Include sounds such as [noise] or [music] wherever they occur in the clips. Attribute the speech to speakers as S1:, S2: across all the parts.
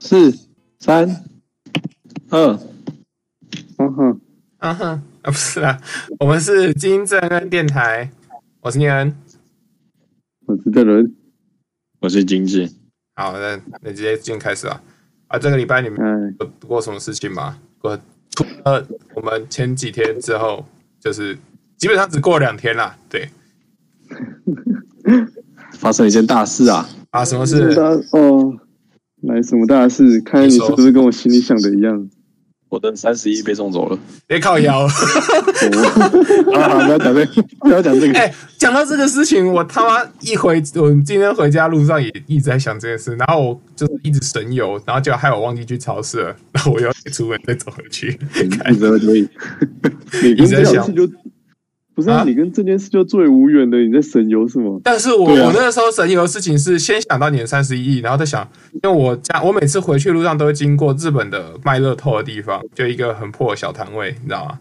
S1: 四、三、二，
S2: 嗯哼，
S3: 啊哈啊不是啦，我们是金正恩电台，我是念恩。
S2: 我是邓伦。
S1: 我是金志。
S3: 好，那那直接进开始啊啊！这个礼拜你们
S2: 哎，
S3: 有过什么事情吗？我除了我们前几天之后，就是基本上只过了两天啦。对
S1: 发生了一件大事啊！
S3: 啊，什么
S2: 什么
S3: 事？
S2: 大哦，来什么大事？看来你是不是跟我心里想的一样？
S1: 我的三十一被送走了。
S3: 别哎靠腰。
S1: 啊，不要讲这个，不要讲这
S3: 哎、讲到这个事情，我他妈一回，我今天回家路上也一直在想这件事，然后我就是一直神游，然后就害我忘记去超市了，然后我又出门再走回去。
S1: 个，你怎么
S3: [laughs]
S1: 可以？
S2: 你跟这
S3: 一直在
S2: 件
S3: 想
S2: 事就不是啊？
S3: 啊
S2: 你跟这件事就最无缘的，你在省油什么？
S3: 但是我、
S1: 对啊
S3: 我那个时候神游的事情是先想到年三十一，然后再想，因为我家我每次回去路上都会经过日本的卖乐透的地方，就一个很破的小摊位，你知道吗？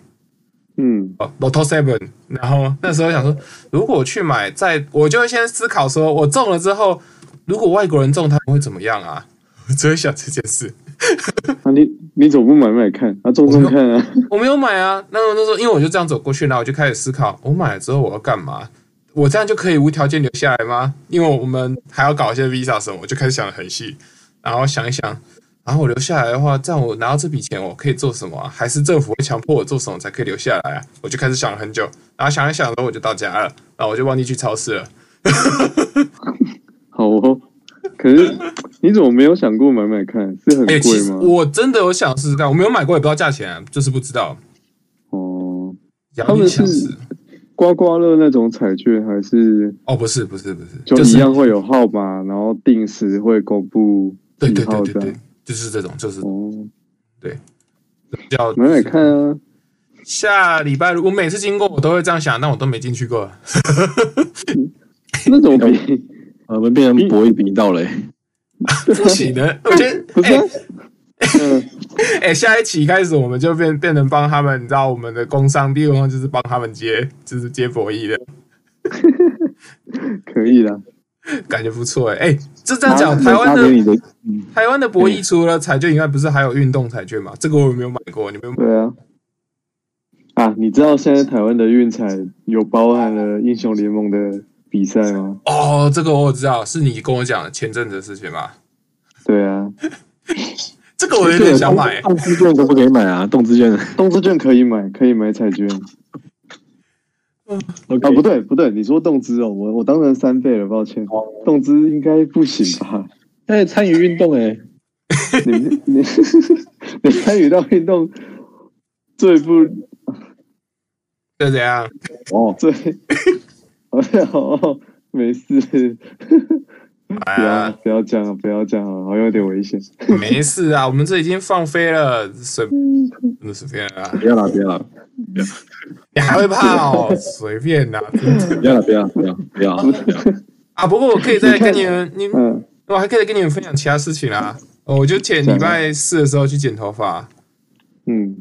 S2: 嗯，
S3: 哦，Lotto Seven。然后那时候想说，如果去买，在我就会先思考说，我中了之后，如果外国人中，他们会怎么样啊？ [laughs] 我只会想这件事。
S2: 啊你你总不买买看啊，中中看啊，
S3: 我没有买啊。那时候那时候，因为我就这样走过去，然后我就开始思考，我买了之后我要干嘛？我这样就可以无条件留下来吗？因为我们还要搞一些 visa 什么，我就开始想的很细，然后想一想，然后我留下来的话，这样我拿到这笔钱，我可以做什么啊、还是政府会强迫我做什么才可以留下来啊？我就开始想了很久，然后想一想，然后我就到家了，然后我就忘记去超市了。
S2: 好哦。可是你怎么没有想过买买看？是很
S3: 哎、其
S2: 贵
S3: 实
S2: 吗？
S3: 我真的有想试试看，我没有买过，也不知道价钱啊、就是不知道。
S2: 哦，
S3: 杨
S2: 他们
S3: 丽想
S2: 是
S3: 试
S2: 刮刮乐那种彩券还是
S3: 哦，不是不是不是，
S2: 就
S3: 就是
S2: 一样会有号码，然后定时会公布
S3: 对对
S2: 几
S3: 对
S2: 号
S3: 对
S2: 这
S3: 对
S2: 样。，
S3: 就是这种，就是
S2: 哦，
S3: 叫
S2: 买买看啊！
S3: 下礼拜，我每次经过我都会这样想，但我都没进去过。
S2: 那种比
S1: 呃我们变成博弈频道嘞。
S3: 不行的，我觉得
S2: 不是
S3: 哎
S2: 啊、嗯
S3: 哎、下一期开始我们就变变成帮他们，你知道我们的工商第一个工商就是帮他们接，就是接博弈的
S2: [laughs] 可以啦。
S3: 感觉不错哎、哎、就这样
S2: 啊
S3: 讲，台湾
S1: 他给
S3: 的
S1: 你的，
S3: 台湾的博弈除了彩券以外，不是还有运动彩券吗？这个我没有买过，你没有买？
S2: 对啊，啊，你知道现在台湾的运彩有包含了英雄联盟的比赛吗？
S3: 哦，这个我知道，是你跟我讲的前阵子的事情吧？
S2: 对啊，
S3: 这个我有点想买、
S1: 动资券可不可以买啊？动资券
S2: 动资券可以买，可以买彩券啊？不对，不对，你说动资哦，我我当成三倍了，抱歉，
S3: 哦
S2: 动资应该不行
S3: [laughs]
S2: 吧？
S1: 那参与运动哎，
S2: 你你 [laughs] 你参与到运动最不
S3: 就怎样？
S1: 哦，
S3: [laughs]
S2: 最，好像哦，没事，
S3: 哎
S2: 不要
S3: 呀，
S2: 不要讲了，不要讲了，好像有点危险。
S3: 没事啊，我们这已经放飞了，随真的随便啊。
S1: 不要了，不要了，
S3: 你还会怕哦？随便啦、
S1: 不要了，不要了，不要，不要，不要。
S3: 啊！不过我可以再跟你们，你
S2: 嗯，
S3: 我还可以再跟你们分享其他事情啊。哦我就前礼拜四的时候去剪头发，
S2: 嗯，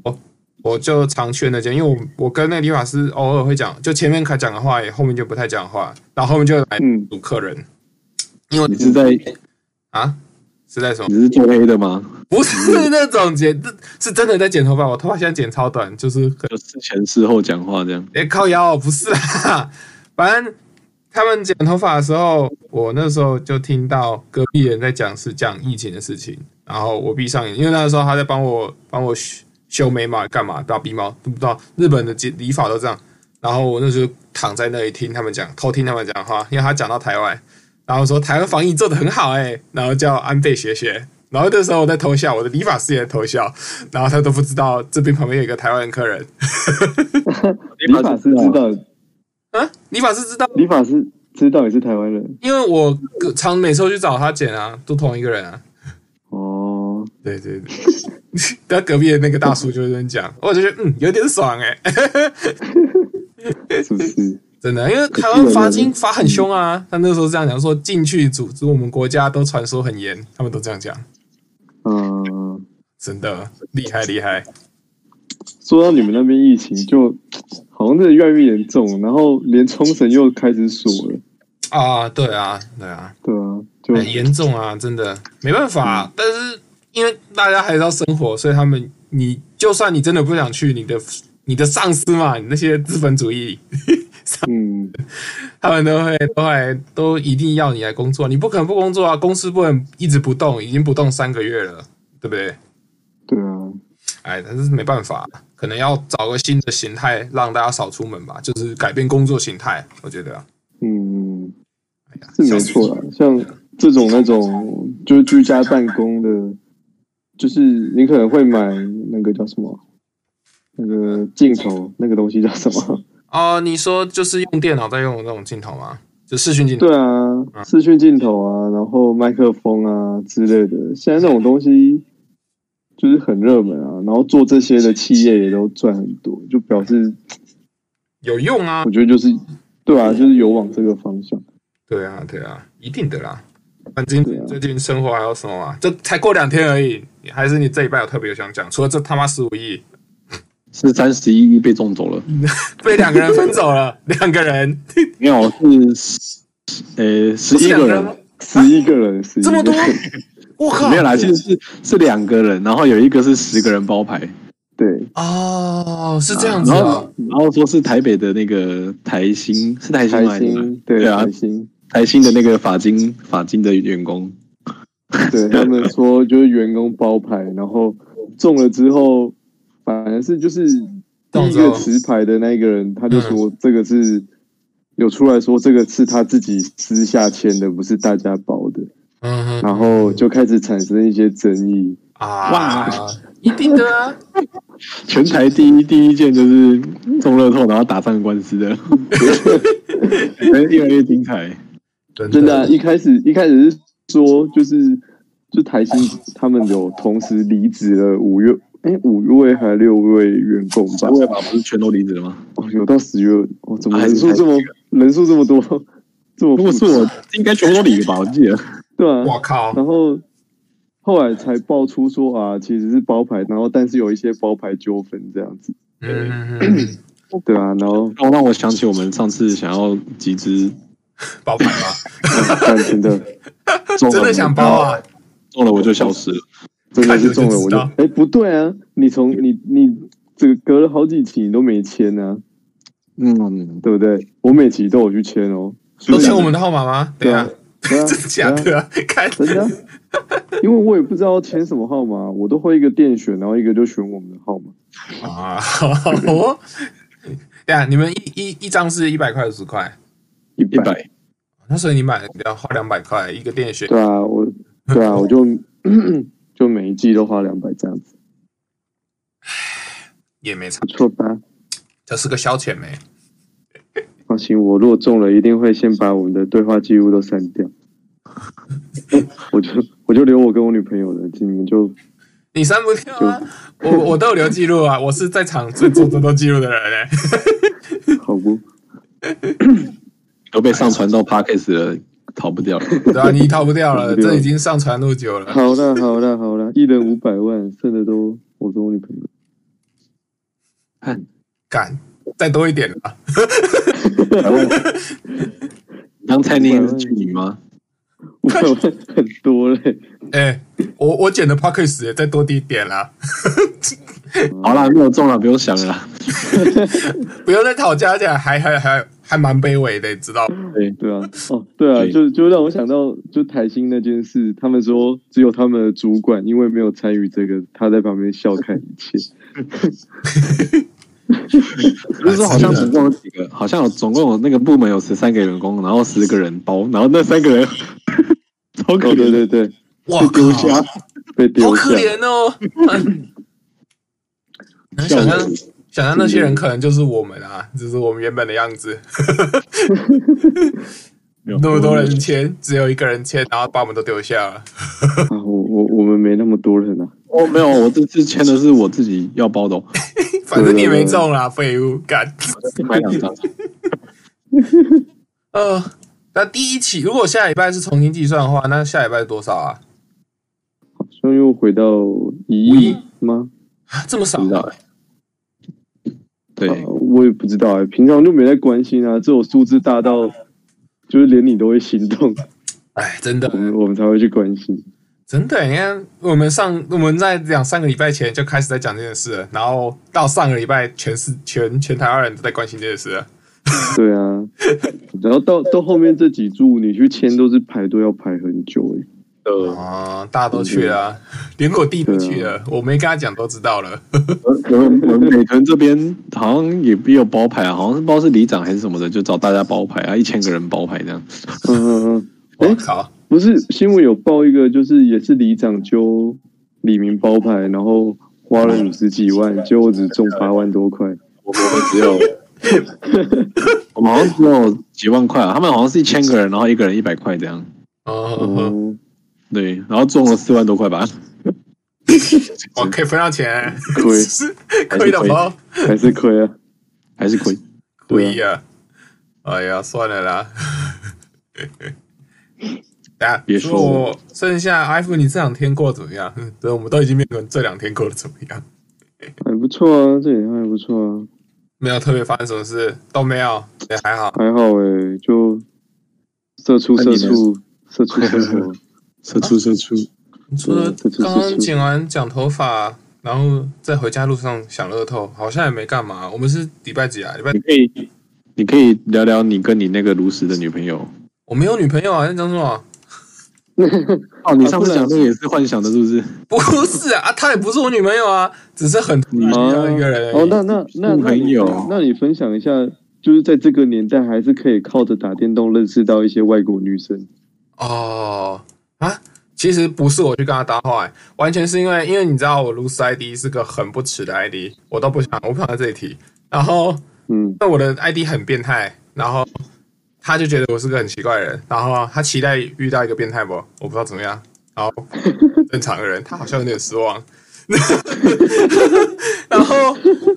S3: 我就常去那间，因为我我跟那个理发师偶尔会讲，就前面开讲的话，也后面就不太讲话，然后后面就来
S2: 嗯
S3: 堵客人，因为
S1: 你是在
S3: 啊是在什么？
S1: 你是做黑的吗？
S3: 不是那种剪，是真的在剪头发。我头发现在剪超短，就是很。
S1: 就事前事后讲话这样。
S3: 哎、靠腰不是啦，反正他们剪头发的时候，我那时候就听到隔壁人在讲是讲疫情的事情，然后我闭上眼，因为那时候他在帮我帮我修修眉毛干嘛，打鼻毛，不知道日本的剪理发都这样。然后我那时候躺在那里听他们讲，偷听他们讲话，因为他讲到台湾，然后说台湾防疫做得很好哎、然后叫安倍学学。然后那时候我在偷笑，我的理发师也在偷笑，然后他都不知道这边旁边有一个台湾客人，
S2: 理发师知道，
S3: 啊，理发师知道
S2: 理发师知道你是台湾人
S3: 因为我常每次都去找他剪啊，都同一个人啊。
S2: 哦，
S3: 对对 [laughs] 对，但隔壁的那个大叔就在那边讲，我就觉得嗯有点爽哎、
S2: 是不是？
S3: [laughs] 真的，因为台湾罚金罚很凶啊。他那时候这样讲说，进去组织我们国家都传说很严，他们都这样讲，
S2: 嗯，
S3: 真的厉害厉害。
S2: 说到你们那边疫情就好像真的越来越严重，然后连冲绳又开始锁了，
S3: 啊，对啊，对啊，
S2: 对啊，就
S3: 很严重啊，真的没办法、但是因为大家还是要生活，所以他们你就算你真的不想去，你的你的上司嘛，你那些资本主义，
S2: 嗯，
S3: 他们都会都会都一定要你来工作，你不可能不工作啊，公司不能一直不动，已经不动三个月了，对不对？
S2: 对啊，
S3: 哎，但是没办法，可能要找个新的形态让大家少出门吧，就是改变工作形态，我觉得、啊。
S2: 嗯，
S3: 哎呀
S2: 是没错啦。像这种那种就是居家办公的，就是你可能会买那个叫什么，那个镜头那个东西叫什么？
S3: 哦，你说就是用电脑在用的那种镜头吗？就视讯镜头？
S2: 对啊，视讯镜头啊，然后麦克风啊之类的。现在这种东西就是很热门啊，然后做这些的企业也都赚很多，就表示
S3: 有用啊
S2: 我，觉得就是对
S3: 嗯
S2: 啊，就是有往这个方向。
S3: 对啊，对啊，一定的啦。反正
S2: 对啊
S3: 最近生活还有什么啊？这才过两天而已，还是你这一拜有特别想讲？除了这他妈十五亿
S1: 是三十一亿被中走了，
S3: 被两个人分走了，两个人
S1: 没有是呃十
S3: 不是
S1: 一
S3: 两
S1: 个
S3: 个人吗
S1: 人，？
S2: 十一个人，十一
S3: 这么多
S2: 个人，
S3: 我靠！
S1: 没有啦，其实是是两个人，然后有一个是十个人包牌，
S2: 对，
S3: 哦，是这样子
S1: 然
S3: 啊
S1: 后。然后说是台北的那个台新是台新
S2: 台
S1: 吗？
S2: 新，
S1: 对
S2: 对，
S1: 啊
S2: 台新，
S1: 台新的那个法金法金的员工，
S2: 对他们说就是员工包牌，然后中了之后，反而是就是第
S3: 中
S2: 一
S3: 之后
S2: 个持牌的那一个人，他就说这个是。有出来说这个是他自己私下签的，不是大家包的，
S3: 嗯哼
S2: 然后就开始产生一些争议。
S3: 啊，
S1: 哇，
S3: 一定的啊，
S1: 全台第一第一件就是中乐透，然后打上官司的， [laughs] 越来越精彩。
S2: 真的啊、一开始一开始是说就是就台新他们有同时离职了五月哎五位还是六位员工吧，
S1: 不会吧？不是全都离职了吗？
S2: 哦有到十月哦怎么
S1: 啊还
S2: 人
S1: 是
S2: 数这么人数这么多这么
S1: 如果
S2: 复
S1: 是
S2: 杂
S1: 我，应该全部都离了吧？我记得。
S2: 对啊，
S3: 我靠，
S2: 然后后来才爆出说啊其实是包牌，然后但是有一些包牌纠纷这样子，
S3: 嗯，嗯嗯
S2: 对啊，然后
S1: 哦，让我想起我们上次想要集资
S3: 包牌吗？
S2: 但真的
S1: 中了，
S3: [laughs] 真的想包啊？
S1: 中了我就消失了。
S2: 真的是中了我就
S3: 看
S2: 哎不对啊，你从你你这个隔了好几期你都没签啊。
S1: 嗯，
S2: 对不对？我每期都有去签哦，
S3: 都签我们的号码吗？对啊，
S2: 对
S3: [laughs]
S2: 啊，
S3: 真的假
S2: 对啊
S3: 的啊？看，
S2: 真的啊，因为我也不知道签什么号码，我都会一个电选，然后一个就选我们的号码。
S3: 啊，好哦，对啊，你们一一一张是一百块，十块。
S2: 一
S1: 一
S2: 百，
S1: 百，
S3: 那所以你买要花两百块一个电学，
S2: 对啊，我对啊，我就 [coughs] 就每一季都花两百这样子，
S3: 也没差
S2: 不，错吧？
S3: 这是个消遣没？
S2: 放心，我如果中了，一定会先把我们的对话记录都删掉。我就我就留我跟我女朋友的，你们就
S3: 你删不掉啊？我我都有留记录啊，我是在场最做这都记录的人嘞、
S2: 好不？
S1: 都被上传到 Podcast 了，逃不掉了。
S3: 对啊，你逃不掉了，
S2: 逃不掉
S3: 这已经上传多久了？
S2: 好啦好啦好啦，一人五百万，剩的都我跟我女朋友。
S3: 干，再多一点啊了，
S1: 刚才那个是处女吗？
S2: 五百万很多嘞。
S3: 哎、我我剪的 p o c k e t 也再多一点啊啦，
S1: 好啦，没有中了，不用想了啦。
S3: 不要再讨价价，还还还还蛮卑微的，你知道吗？
S1: 对，
S2: 对啊，哦，对啊，
S1: 对
S2: 就就让我想到就台新那件事，他们说只有他们的主管因为没有参与这个，他在旁边笑看一切。
S1: 就是说好像总共有几个，好像有总共有那个部门有十三个员工，然后十个人包，然后那三个人超可
S2: 哦，对
S1: 怜的
S2: 对对，
S3: 哇
S1: 被丢
S3: 靠
S1: 下，
S2: 被丢
S3: 好可
S2: 下，
S3: 怜哦！能想象想象那些人可能就是我们啊，就是我们原本的样子。那
S1: 那
S3: 么多人签，只有一个人签，然后把我们都丢下了。 [laughs]
S2: 啊！我我我们没那么多人啊，
S1: 哦，没有，我这次签的是我自己要包的、哦，
S3: 反正你也没中啦，废物干。 [laughs]
S1: 买两张。
S3: 呃，那第一期如果下礼拜是重新计算的话，那下礼拜是多少啊？
S2: 好像又回到一亿吗？
S3: 啊这么少
S1: 不？知道哎、对
S4: 呃
S2: 啊，我也不知道哎、平常就没在关心啊，这种数字大到就是连你都会心动，
S3: 哎，真的
S2: 我，们我们才会去关心。
S3: 真的，你看我们上我们在两三个礼拜前就开始在讲这件事了，然后到上个礼拜全是全全台湾人都在关心这件事了。
S4: 对啊，然后到到后面这几注，你去签都是排队要排很久哎、
S1: 呃，
S3: 啊，大家都去了啊，
S1: 嗯
S3: 连我弟都去
S1: 啊
S3: 了，我没跟他讲都知道了。
S1: 我们我们美屯这边好像也也有包牌啊，好像不知道是里长还是什么的，就找大家包牌啊，一千个人包牌这样。
S4: 嗯嗯嗯，
S3: 我靠，
S4: 不是新闻有报一个，就是也是里长揪李明包牌，然后花了五十几万，结果只中八万多块。
S1: 我们只有，我们好像只有几万块啊，他们好像是一千个人，然后一个人一百块这样。嗯
S3: 哦，
S4: 哦，
S1: 对，然后中了四万多块吧。
S3: 我哦可以分到钱，
S4: 亏
S3: [laughs] 是亏的包，
S4: 还是亏啊！
S1: 还是亏。
S3: 故意啊！哎呀，算了啦。 [laughs] 啊，
S1: 别说我
S3: 我剩下 iPhone，你这两天过得怎么样？嗯对，我们都已经没有这两天过得怎么样，
S4: 还不错啊，这也还不错啊，
S3: 没有特别发生什么事，都没有，也还好。
S4: 还好哎、就社畜
S1: 那你
S4: 社
S1: 呢
S4: 畜社畜生
S1: [laughs]
S4: 活。
S1: 射出射出，
S3: 除了
S4: 这次
S3: 呃刚刚
S4: 是
S3: 剪完讲头发，然后在回家路上想乐透，好像也没干嘛。我们是礼拜几啊？礼拜
S1: 你可以，你可以聊聊你跟你那个炉石的女朋友。
S3: 我没有女朋友啊，在讲什么？
S1: 哦，你上次讲那个也是幻想的，是不是？
S3: 不是啊，她也不是我女朋友啊，只是很突然遇到一个人而已。
S4: 哦，那那那那
S1: 朋
S4: 你
S1: 友
S4: 那你分享一下，就是在这个年代，还是可以靠着打电动认识到一些外国女生。
S3: 哦啊，其实不是我去跟他搭话、欸，完全是因为因为你知道我 lose ID 是个很不耻的 ID，我都不想我不想在这里提。然后
S4: 嗯，
S3: 那我的 ID 很变态，然后他就觉得我是个很奇怪的人，然后他期待遇到一个变态不，我不知道怎么样。然后正常的人，他好像有点失望。 [laughs] 然后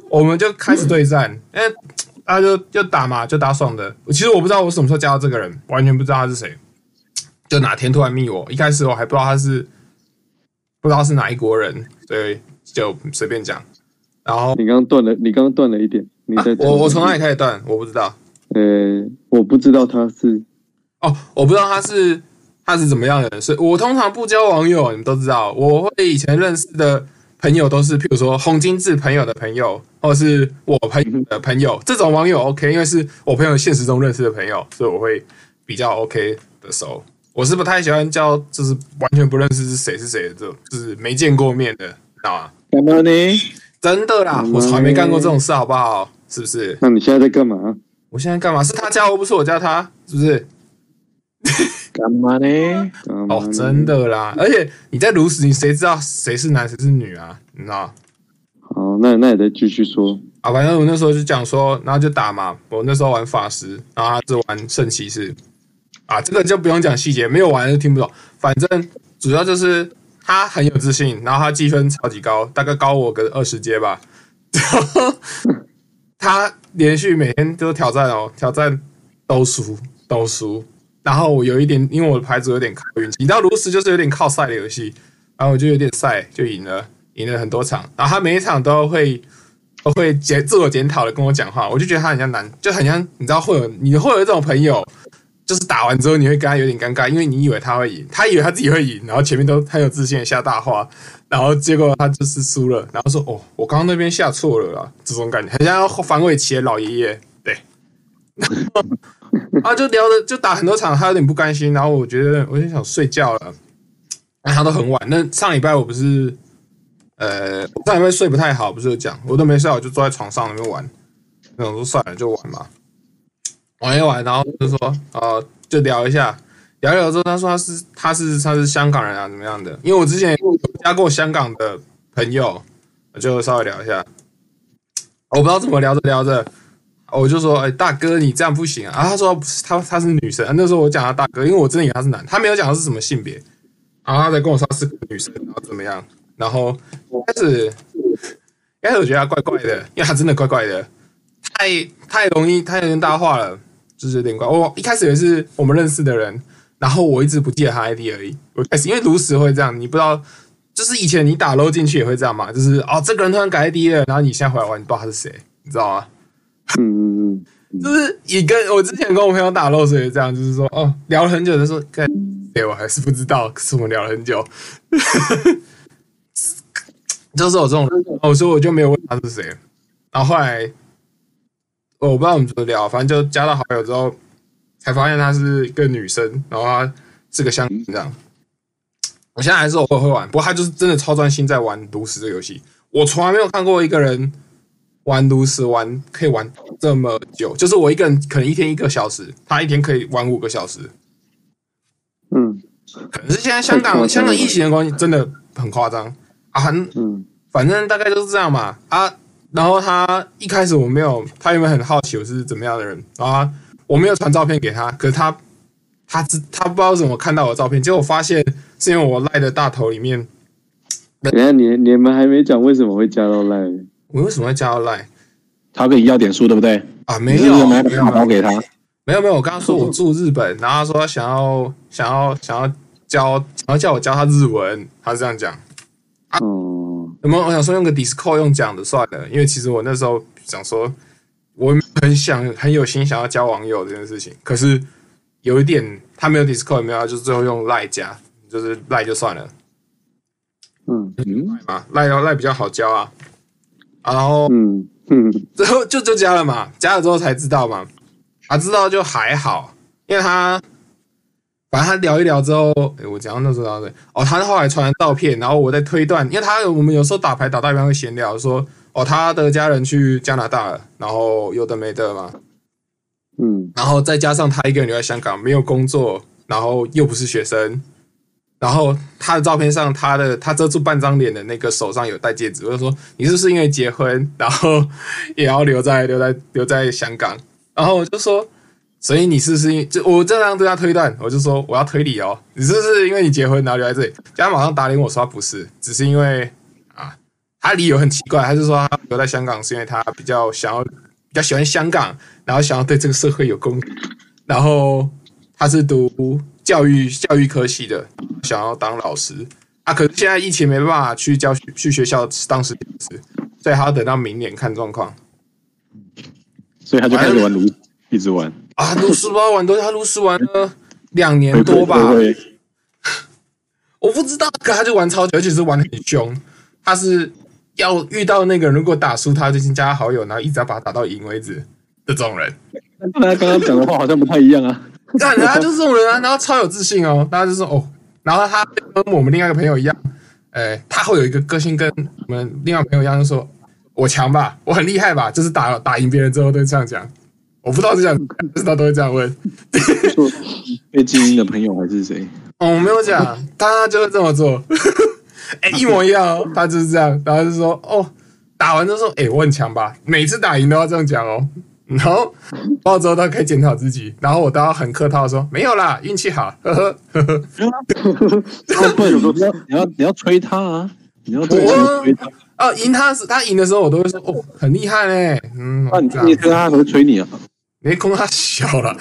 S3: 我们就开始对战，哎，他就就打嘛，就打爽的。其实我不知道我什么时候加到这个人，完全不知道他是谁。就哪天突然密我，一开始我还不知道他是不知道是哪一国人，所以就随便讲。然后
S4: 你刚刚断了，你刚刚断了一点，你在、
S3: 我我从哪里开始断，我不知道。
S4: 呃，我不知道她是
S3: 哦，我不知道他是他是怎么样的人，所以我通常不交网友，你们都知道。我会以前认识的朋友都是，譬如说洪金志朋友的朋友，或是我朋友的朋友，这种网友 OK，因为是我朋友现实中认识的朋友，所以我会比较 OK 的熟。我是不太喜欢交，就是完全不认识是谁是谁的这种，就是没见过面的，知道吗？
S1: 干嘛呢？
S3: 真的啦，我从来没干过这种事，好不好？是不是？
S4: 那你现在在干嘛？
S3: 我现在干嘛？是他加我，不是我加他，是不是？
S1: 干嘛呢？
S3: 哦，真
S4: 的。
S3: 的啦！而且你在炉石，你谁知道谁是男谁是女啊？你知道
S4: 好，那那也再继续说。
S3: 啊？反正我那时候就讲说，然后就打嘛。我那时候玩法师，然后他是玩圣骑士啊，这个就不用讲细节，没有玩就听不懂。反正主要就是他很有自信，然后他积分超级高，大概高我个二十阶吧。然后他连续每天都挑战哦，挑战都输都输。然后我有一点，因为我的牌组有点靠运气，你知道炉石就是有点靠赛的游戏，然后我就有点赛就赢了，赢了很多场。然后他每一场都会都哦会检自我检讨的跟我讲话，我就觉得他很像男，就很像你知道会有你会有这种朋友，就是打完之后你会跟他有点尴尬，因为你以为他会赢，他以为他自己会赢，然后前面都很有自信的下大话，然后结果他就是输了，然后说哦，我刚刚那边下错了啦，这种感觉很像反尾期的老爷爷，对。 [laughs] 然后啊，就聊的就打很多场，他有点不甘心，然后我觉得我就想睡觉了，然后都很晚。那上礼拜我不是呃，我上礼拜睡不太好，不是有讲，我都没睡好，我就坐在床上那边玩。那我说算了，就玩嘛，玩一玩，然后就说呃，就聊一下，聊一聊之后，他说他是他是他是香港人啊，怎么样的？因为我之前有加过香港的朋友，我就稍微聊一下。我不知道怎么聊着聊着，我就说：“哎、大哥，你这样不行啊！”啊他说：“不是，他他是女生。啊”那时候我讲他大哥，因为我真的以为他是男，他没有讲他是什么性别。然后他在跟我说他是个女生，然后怎么样？然后开始一开始我觉得他怪怪的，因为他真的怪怪的，太太容易太人搭话了，就是有点怪。我一开始以为是我们认识的人，然后我一直不记得他 ID 而已。我开始因为炉石会这样，你不知道，就是以前你打 low 进去也会这样嘛，就是哦这个人突然改 ID 了，然后你现在回来玩，你不知道他是谁，你知道吗？
S4: 嗯嗯嗯，
S3: 就是也跟我之前跟我朋友打漏水也这样，就是说哦聊了很久，就说看对，我还是不知道，可是我们聊了很久。 [laughs] 就是有这种人，然后我说我就没有问他是谁，然后后来哦我不知道我们怎么聊，反正就加到好友之后，才发现她是一个女生，然后她是个香港人这样。我现在还是偶尔会玩，不过她就是真的超专心在玩炉石这个游戏，我从来没有看过一个人玩炉石玩可以玩这么久，就是我一个人可能一天一个小时，她一天可以玩五个小时，
S4: 嗯
S3: 可能是现在香
S4: 太夸张
S3: 港
S4: 了
S3: 香港疫情的关系，真的很夸张啊，很
S4: 嗯
S3: 反正大概就是这样嘛啊。然后他一开始我没有，他原本很好奇我是怎么样的人，然后他我没有传照片给他，可是他他知他不知道怎么看到我的照片，结果发现是因为我赖的大头里面，
S4: 等一下你你们还没讲为什么会加到赖，
S3: 我为什么会加到赖
S1: 他跟你要点数对不对？
S3: 啊？
S1: 你
S3: 没
S1: 是
S3: 有，
S1: 不
S3: 没
S1: 是买
S3: 有，没有
S1: 打包给他，嗯
S3: 没有没有，我刚刚说我住日本，然后他说他想要想要想要教，想要叫我教他日文，他是这样讲。
S4: 哦，
S3: 我们我想说用个 Discord 用讲的算了，因为其实我那时候想说，我很想很有心想要交网友这件事情，可是有一点他没有 Discord 也没有，啊他就最后用赖加，就是赖就算了
S4: 嗯
S1: 嗯，
S3: 嘛，赖赖比较好交啊。啊然后
S4: 嗯嗯 [laughs]
S3: 最后就就加了嘛，加了之后才知道嘛，啊，知道就还好，因为他反正他聊一聊之后，诶我讲到那时候对，哦，他后来传照片，然后我在推断，因为他我们有时候打牌打到一半会闲聊说，哦，他的家人去加拿大了，然后有的没的嘛，
S4: 嗯
S3: 然后再加上他一个人留在香港，没有工作，然后又不是学生，然后他的照片上，他的他遮住半张脸的那个手上有戴戒指，我就说你是不是因为结婚，然后也要留在留在留在香港？然后我就说，所以你是不是因就我这样对他推断，我就说我要推理哦，你是不是因为你结婚然后留在这里？结果他马上打脸我说他不是，只是因为啊，他理由很奇怪，他就说他留在香港是因为他比较想要比较喜欢香港，然后想要对这个社会有 [laughs] 贡献，然后他是读教育教育科系的，想要当老师啊，可是现在疫情没办法去教去学校当实习老师，所以他要等到明年看状况
S1: 所以他就开始玩炉，一直玩，
S3: 啊。卢斯包玩多久？他卢斯玩了两年
S1: 回
S3: 多
S1: 归
S3: 吧，
S1: 回归
S3: 我不知道，可他就玩超久，而且是玩得很凶。他是要遇到那个人如果打输他，就先加他好友，然后一直要把他打到赢为止的这种人。
S1: 跟他刚刚讲的话好像不太一样啊。
S3: [laughs] 干，他就是这种人啊，然后超有自信哦，大家就说哦，然后他跟我们另外一个朋友一样，呃，他会有一个个性跟我们另外一个朋友一样，就说我强吧，我很厉害吧，就是打打赢别人之后都会这样讲。我不知道是这样，但是他都会这样问。
S4: 不错，
S1: 被精英的朋友还是谁？
S3: 哦，我没有讲，他就会这么做。 [laughs] 哎、一模一样哦，他就是这样，然后就说哦，打完就说哎、我很强吧，每次打赢都要这样讲哦。然后到之后他可以检讨自己，然后我都要很客套地说没有啦，运气好，呵呵呵呵。
S1: 他哦笨，你要你要你要吹他啊！你要真心吹他，
S3: 哦，赢他是他赢的时候，我都会说哦，很厉害嘞，嗯，
S1: 那你
S3: 这样
S1: 你吹他，他会吹你啊。
S3: 没空他小了，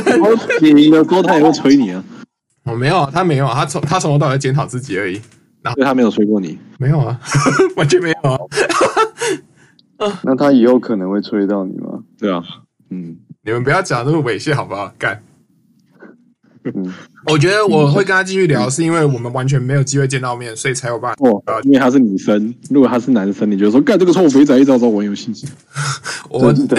S3: [laughs]
S1: 你赢的时候他也会吹你啊，
S3: 我、没有啊，他没有啊，他从他从头到尾检讨自己而已，
S1: 所以他没有吹过你。
S3: 没有啊， [laughs] 完全没有啊，
S4: 那他以后可能会吹到你吗？
S1: 对啊，嗯，
S3: 你们不要讲这么猥亵好不好？干，
S4: 嗯
S3: 我觉得我会跟他继续聊，是因为我们完全没有机会见到面，所以才有办法。
S1: 哦，因为他是女生，如果他是男生，你就说干这个臭肥仔一直在玩游戏 [laughs]
S3: 我
S4: 真的，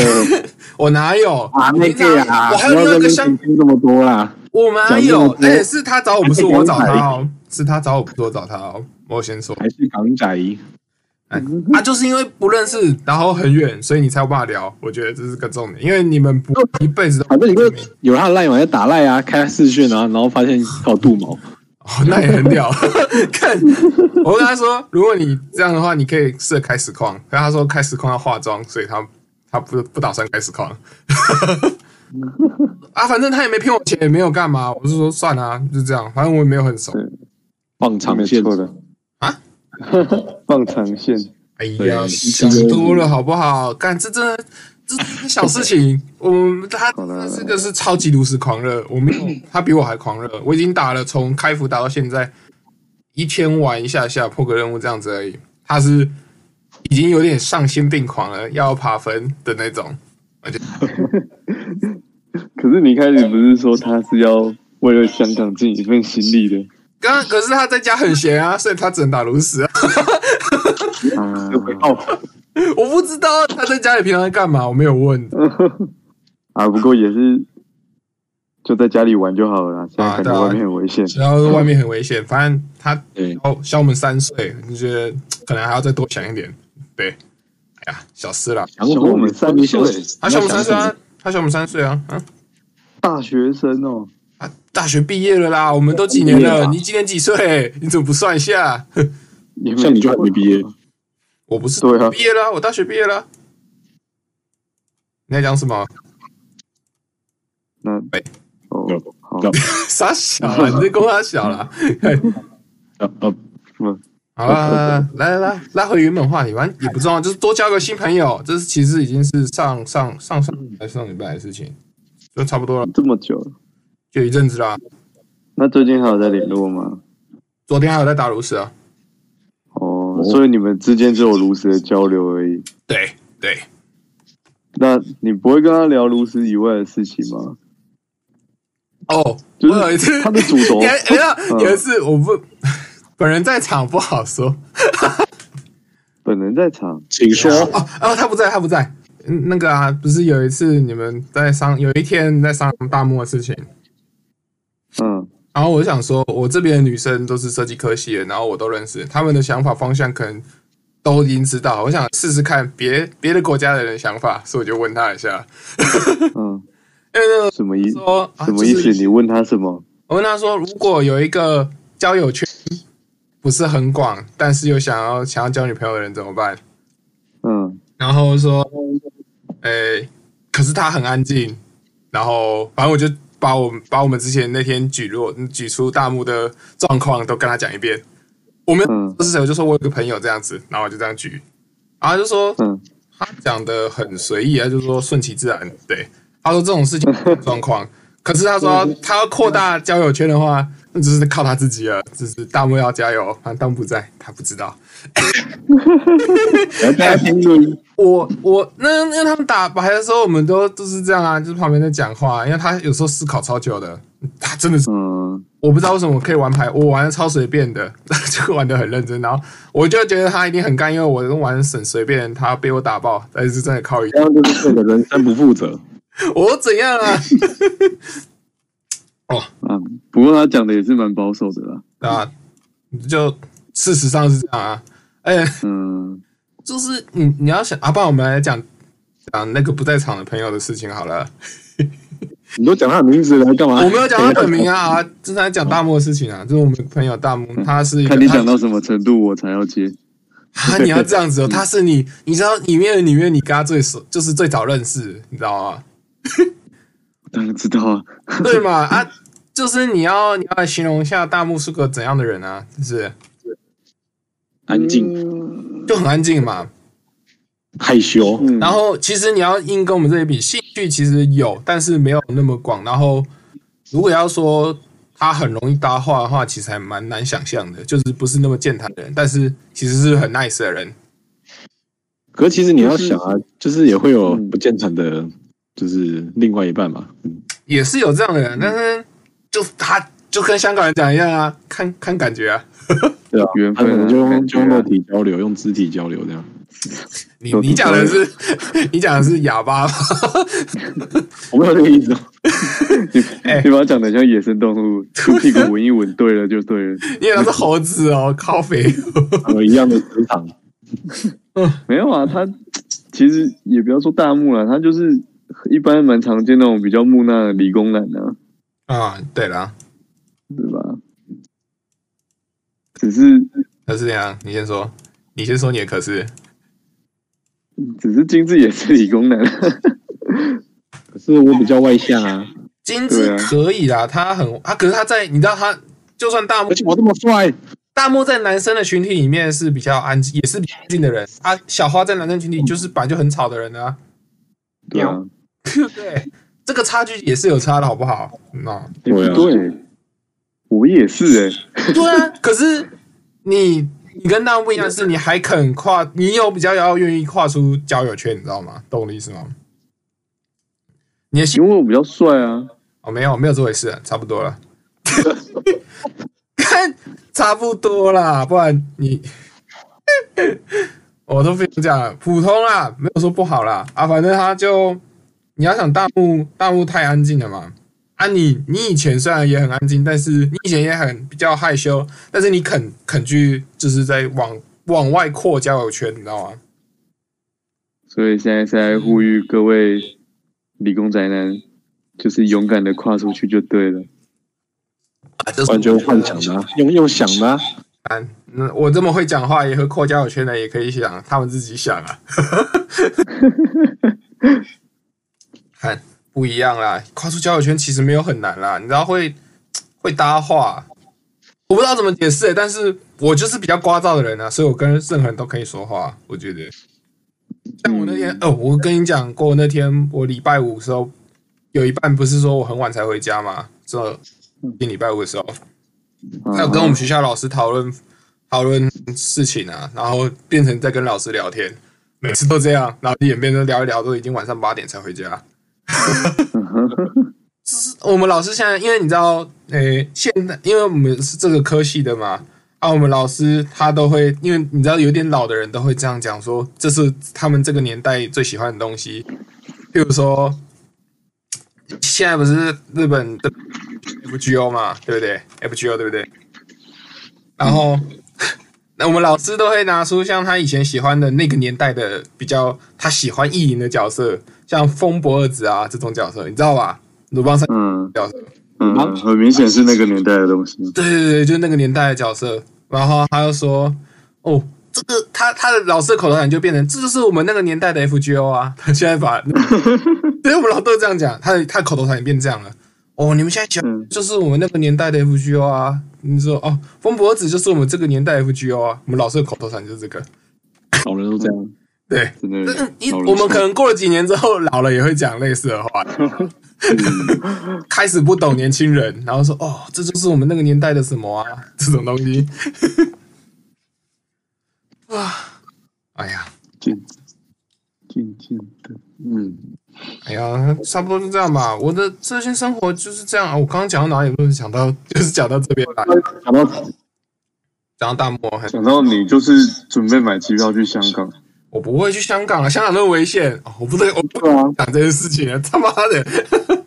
S3: 我哪有
S1: 啊，那个啊，
S3: 我还有另外一个香，
S1: 听这么多啦，
S3: 我哪有？
S1: 讲这么多
S3: 哎、是他找我，不是我找他哦，是他找我，不是我找他哦。我先说，
S1: 还是港仔，
S3: 啊，就是因为不认识，然后很远，所以你才有办法聊。我觉得这是个重点，因为你们不一辈子都
S1: 哦反正你会有他的赖嘛，在打赖啊，开视讯啊，然后发现他有肚毛，
S3: 哦， [laughs] 那也很屌。 [laughs] 看，我跟他说，如果你这样的话，你可以试着开实况。可是他说开实况要化妆，所以他他不不打算开实况。 [laughs] 啊，反正他也没骗我钱，也没有干嘛，我就说算了、啊，就这样。反正我也没有很熟。
S1: 放长
S4: 没
S1: 线
S4: 错的
S2: [laughs]
S3: 啊，
S4: 放长线，
S3: 哎呀，
S1: 对
S3: 想多了好不好？干，这真的。这这是小事情，我们
S4: [laughs]
S3: 他
S4: 好了
S3: 这个是超级炉石狂热，
S4: [laughs]
S3: 我没有他比我还狂热，我已经打了从开服打到现在一天玩一下下破个任务这样子而已，他是已经有点丧心病狂了，要爬分的那种，
S4: 可是你开始不是说他是要
S2: 为了香港尽一份心力的。
S3: 刚刚可是他在家很闲啊， [laughs] 所以他只能打炉石啊。
S2: 啊，
S1: 回报
S3: 我不知道他在家里平常在干嘛，我没有问
S2: 啊，不过也是就在家里玩就好了啦，现在
S3: 啊
S2: 感
S3: 对
S2: 觉
S3: 啊
S2: 外面很危险。
S3: 然后外面很危险，反正他
S1: 对，
S3: 哦小我们三岁，就觉得可能还要再多想一点。对，哎呀，小事啦，
S1: 想我们三岁，
S3: 他小我们三岁啊，他小我们三岁啊，嗯
S2: 大学生哦，
S3: 啊，大学毕业了啦，我们都几年
S1: 毕业
S3: 了，
S1: 了
S3: 你今年几岁？你怎么不算一下？ [laughs]
S2: 你
S1: 像你就还没毕业，
S3: 我不是
S2: 对啊
S3: 毕业了，我大学毕业了。你在讲什么？ [laughs]
S2: 那
S3: 哎
S2: 哦
S1: 要，
S2: 好，
S1: 要
S3: 傻小了，你这公他小 [laughs] 了。
S1: 呃呃，
S3: 好啦，来来来，拉回原本话题，反正也不重要，就是多交个新朋友。这是其实已经是上上上上还是上礼拜的事情，就差不多了，
S2: 这么久了，
S3: 就一阵子啦。
S2: 那最近还有在联络吗？
S3: 昨天还有在打炉石啊？
S2: 哦，所以你们之间只有如实的交流而已。
S3: 对对，
S2: 那你不会跟他聊如实以外的事情吗？
S3: 哦，
S2: 就
S3: 我有一
S2: 是
S3: 次
S2: 他的主
S3: [laughs]
S2: 轴
S3: 你还你还
S2: [laughs] 嗯
S3: 有一次我不， [laughs] 本人在场不好说。
S2: 本人在场，
S1: 请说，
S3: 哦哦，他不在，他不在。嗯，那个啊，不是有一次你们在商，有一天在商量大漠的事情，
S2: 嗯，
S3: 然后我就想说，我这边的女生都是设计科系的，然后我都认识，她们的想法方向可能都已经知道。我想试试看别别的国家的人的想法，所以我就问她一下，
S2: 嗯，
S3: 因为那个
S2: 什么意
S3: 说啊，
S2: 什么意
S3: 就
S2: 思？
S3: 是
S2: 你问他什么？
S3: 我问她说，如果有一个交友圈不是很广，但是又想要想要交女朋友的人怎么办？
S2: 嗯，
S3: 然后说，诶、可是他很安静，然后反正我就把我把我们之前那天举落举出大幕的状况都跟他讲一遍。我们
S2: 嗯
S3: 是谁？我就说我有个朋友这样子，然后我就这样举，然后他就说
S2: 嗯，
S3: 他讲的很随意，他就说顺其自然。对，他说这种事情状况，可是他说
S2: 嗯
S3: 他要扩大交友圈的话，那就是靠他自己了，就是大幕要加油，反正大幕不在，他不知道。
S1: 来大家评论，
S3: 我我那因为他们打牌的时候，我们都都是这样啊，就是旁边在讲话，因为他有时候思考超久的，他真的是
S2: 嗯，
S3: 我不知道为什么我可以玩牌，我玩的超随便的， [laughs] 就玩的很认真，然后我就觉得他一定很干，因为我玩得很随便，他被我打爆，但是真的靠一
S1: 这样就是对的人生不负责。
S3: 我怎样啊？ [laughs]
S2: 啊，不过他讲的也是蛮保守的啦。
S3: 啊，就事实上是这样啊，哎、
S2: 嗯，
S3: 就是你你要想啊，不然我们来讲讲那个不在场的朋友的事情好了。
S1: 你都讲他的名字来干嘛？
S3: 我没有讲他本名啊，啊就是在讲大漠的事情啊，就是我们朋友大漠，他是一个
S2: 嗯看你讲到什么程度，我才要接。
S3: 啊，你要这样子哦，他是你，你知道里面的里面你跟他最熟，就是最早认识，你知道吗？
S2: 当然知道啊，
S3: 对嘛啊，就是你要你要来形容一下大漠是个怎样的人啊，就是
S1: 安
S3: 嗯
S1: 静、
S3: 就很安静嘛。
S1: 害羞，
S2: 嗯
S3: 然后其实你要硬跟我们这里比，兴趣其实有，但是没有那么广。然后如果要说他很容易搭话的话，其实还蛮难想象的，就是不是那么健谈的人，但是其实是很 nice 的人。
S1: 可是其实你要想啊，就是也会有
S2: 嗯
S1: 不健谈的，就是另外一半嘛。嗯，
S3: 也是有这样的人，但是就他就跟香港人讲一样啊，看看感觉啊。
S1: 对啊，
S2: 缘
S1: 他
S2: 分啊
S1: 可能就用
S2: 感
S1: 就
S2: 觉啊
S1: 用肉体交流，用肢体交流这样。
S3: 你
S2: 有
S3: 你讲的是 [laughs] 你讲的是哑巴吧？
S1: [laughs] 我没有这个意思哦，
S2: 你
S3: 哎
S2: [laughs] 你把它讲的像野生动物，用屁股闻一闻，对了就
S1: [laughs]
S2: 对了。
S3: [laughs] 你讲的是猴子哦，靠肥。
S1: 我们一样的磁场。
S2: 没有啊，他其实也不要说大木啦，他就是一般蛮常见那种比较木讷的理工男啊，
S3: 啊、对了，
S2: 对吧？只是
S3: 可是这样，你先说，你先说你的可是。
S2: 只是精致也是理工男，啊
S1: 可是我比较外向
S3: [laughs]
S1: 啊，
S3: 金
S2: 对
S3: 枝
S2: 啊
S3: 可以啦，他很啊，可是他在你知道他就算大木
S1: 而且我这么帅，
S3: 大木在男生的群体里面是比较安静，也是比较安静的人啊。小花在男生群
S2: 嗯
S3: 体就是本来就很吵的人啊， [laughs]
S2: 对啊，
S3: 对不对？这个差距也是有差的，好不好？嗯、哦
S2: 也不
S1: 对啊
S2: 对，我也是哎、
S3: [laughs] 对啊，可是你你跟大家不一样，是你还肯跨，你有比较要愿意跨出交友圈，你知道吗？懂我的意思吗？你的心
S2: 因为我比较帅啊，
S3: 哦，没有没有这回事，差不多了。 [laughs] 看差不多啦，不然你我都不用讲了，普通啦，没有说不好啦啊，反正他就你要想大幕大幕太安静了嘛。啊你，你以前虽然也很安静，但是你以前也很比较害羞，但是你肯肯去就是在往往外扩交友圈，你知道吗？
S4: 所以现在是在呼吁各位理工宅男，就是勇敢的跨出去就对了。
S5: 啊这是
S1: 完全幻想的、啊，用用想的、啊，
S3: 那我这么会讲话，也和扩交友圈的也可以想，他们自己想啊。 [laughs] 看不一样啦，跨出交友圈其实没有很难啦，你知道会会搭话，我不知道怎么解释欸、但是我就是比较聒噪的人啊，所以我跟任何人都可以说话，我觉得。像我那天，哦，我跟你讲过，那天我礼拜五的时候，有一半不是说我很晚才回家嘛，这今礼拜五的时候，他
S4: 啊
S3: 有跟我们学校老师讨论讨论事情啊，然后变成在跟老师聊天，每次都这样，然后演变成聊一聊，都已经晚上八点才回家。就是我们老师现在，因为你知道，诶、现在因为我们是这个科系的嘛，啊，我们老师他都会，因为你知道，有点老的人都会这样讲说，这是他们这个年代最喜欢的东西，譬如说，现在不是日本的 FGO 嘛，对不对？FGO 对不对？然后， [laughs] 那我们老师都会拿出像他以前喜欢的那个年代的比较他喜欢意淫的角色，像风伯二子啊这种角色，你知道吧？鲁邦三
S2: 嗯
S3: 角色，
S2: 嗯，很明显是那个年代的东西。啊
S3: 对对对，就是那个年代的角色。然后他又说：“哦，这个他他的老师的口头禅就变成，这就是我们那个年代的 FGO 啊。”他现在把，对我们老豆这样讲，他的他的口头禅也变这样了。哦，你们现在讲
S2: 嗯
S3: 就是我们那个年代的 FGO 啊。你说哦，风伯子就是我们这个年代的 FGO 啊。我们老师的口头禅就是这个。
S1: 老人都这样。
S3: 对，
S2: 真
S1: 嗯
S2: 的
S3: 这一
S2: 老人
S3: 我们可能过了几年之后老了也会讲类似的话，
S1: 嗯
S3: [laughs] 开始不懂年轻人，然后说哦，这就是我们那个年代的什么啊，这种东西。 [laughs] 啊，哎呀，
S4: 渐渐的，
S1: 嗯，
S3: 哎呀，差不多是这样吧。我的这些生活就是这样。啊我刚刚讲到哪里？不是讲到， [laughs] 就是讲到这边来，
S1: 讲到
S3: 讲到大漠。很
S2: 想到你就是准备买机票去香港，
S3: 我不会去香港啊，香港那么危险、哦我不对，我不
S1: 对啊，
S3: 讲这件事情啊，他妈的！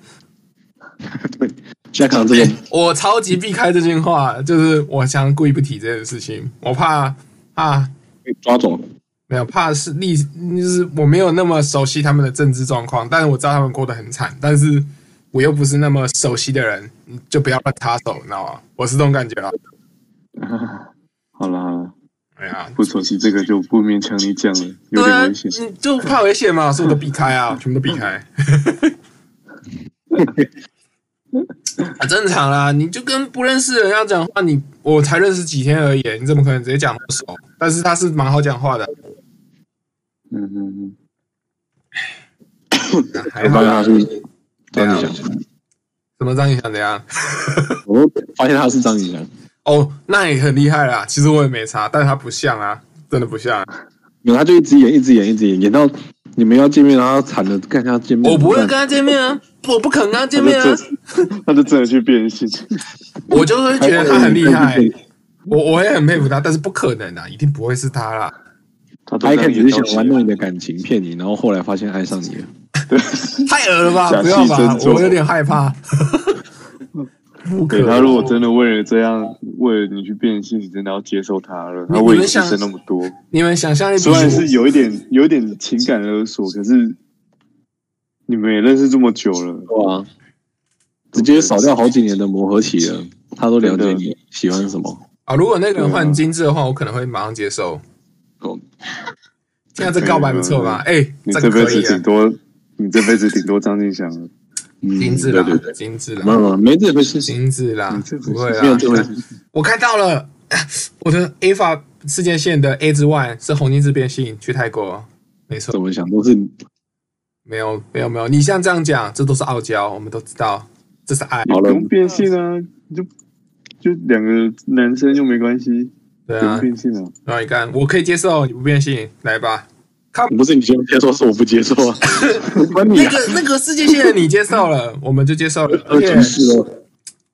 S1: 现在看到这个
S3: 我超级避开这句话，就是我想故意不提这件事情，我怕怕
S1: 被抓走，
S3: 没有怕是历，就是我没有那么熟悉他们的政治状况，但是我知道他们过得很惨，但是我又不是那么熟悉的人，你就不要乱插手，你知道吗？我是这种感觉啊。
S2: 好啦好啦，
S3: 哎呀，
S2: 不熟悉这个就不勉强你讲了，有
S3: 对啊，
S2: 点危险。
S3: 你就怕危险嘛，所以我都避开 [laughs] 啊，全部都避开。很啊正常啦，你就跟不认识的人要讲话，你我才认识几天而已，你怎么可能直接讲不熟？但是他是蛮好讲话的，
S2: 嗯嗯
S3: 还好
S1: 发现
S3: 啦
S1: 啊他。是张宇翔，
S3: 什么张宇翔怎样？
S1: 我都发现他是张宇翔，
S3: 哦，那也很厉害啦。其实我也没差，但是他不像啊，真的不像、啊。
S1: 没有他就一直演，一直演，一直演，演到你们要见面，然后惨了，干他见面，
S3: [laughs] 我不会跟他见面啊， [laughs] 我不肯跟他见面啊，
S2: 嗯，他就真的去 [laughs] 变性，
S3: 我就会觉得他很 [laughs] 厉害。我我也很佩服他，但是不可能啊，一定不会是他啦。
S2: 他都
S1: 他一
S2: 这样
S1: 开始是
S2: 演到
S1: 想
S2: 戏
S1: 玩弄
S2: 了
S1: 你的感情，骗你，然后后来发现爱哎上你了。
S3: 太恶了吧！
S2: 假
S3: 不
S2: 戏
S3: 要吧
S2: 真，做
S3: 我有点害怕。 [laughs] 不可
S2: 对
S3: 能
S2: 他如果真的为了这样，为了你去变性，你真的要接受他了，他为你牺牲那么多，
S3: 你们想象力比
S2: 虽
S3: 我
S2: 然是有一点有一点情感勒索，可是你们也认识这么久了，
S1: 对啊，直接少掉好几年的磨合期了，他都了解你喜欢什么。
S3: 啊，如果那个人换金致的
S2: 啊
S3: 话，我可能会马上接受。
S1: 哦
S3: 现
S2: 啊
S3: 在这告白不错吧？哎，
S2: 你
S3: 这
S2: 这
S3: 个
S2: 辈
S3: 可
S2: 子
S3: 以
S2: 顶
S3: 啊，
S2: 多你这辈子顶多张敬翔
S3: [laughs]
S2: 了，
S1: 嗯
S3: 金致
S1: 对
S3: 啦
S1: 对对，，
S3: 金致
S1: 没有
S3: 啦，
S1: 没有没这回事，
S3: 金致啦，不会
S1: 没有
S3: 啦
S1: 这。回事。
S3: 我看到了， [laughs] 我的 A 法世界线的 A 之 One 是红金致变性去泰国，没错
S1: 怎，么想都是
S3: 没有没有没有，你像这样讲，这都是傲娇，我们都知道，这是爱，
S2: 也不用变性啊，就就两个男生又没关系，
S3: 对
S2: 不用
S3: 啊，
S2: 变性啊，
S3: 然后你看，我可以接受你不变性，来吧。
S1: 不是你先接受，是我不接受 [laughs] 啊。
S3: [laughs] 那个那个世界线的你接受了，我们就接受了，而且
S1: 是哦，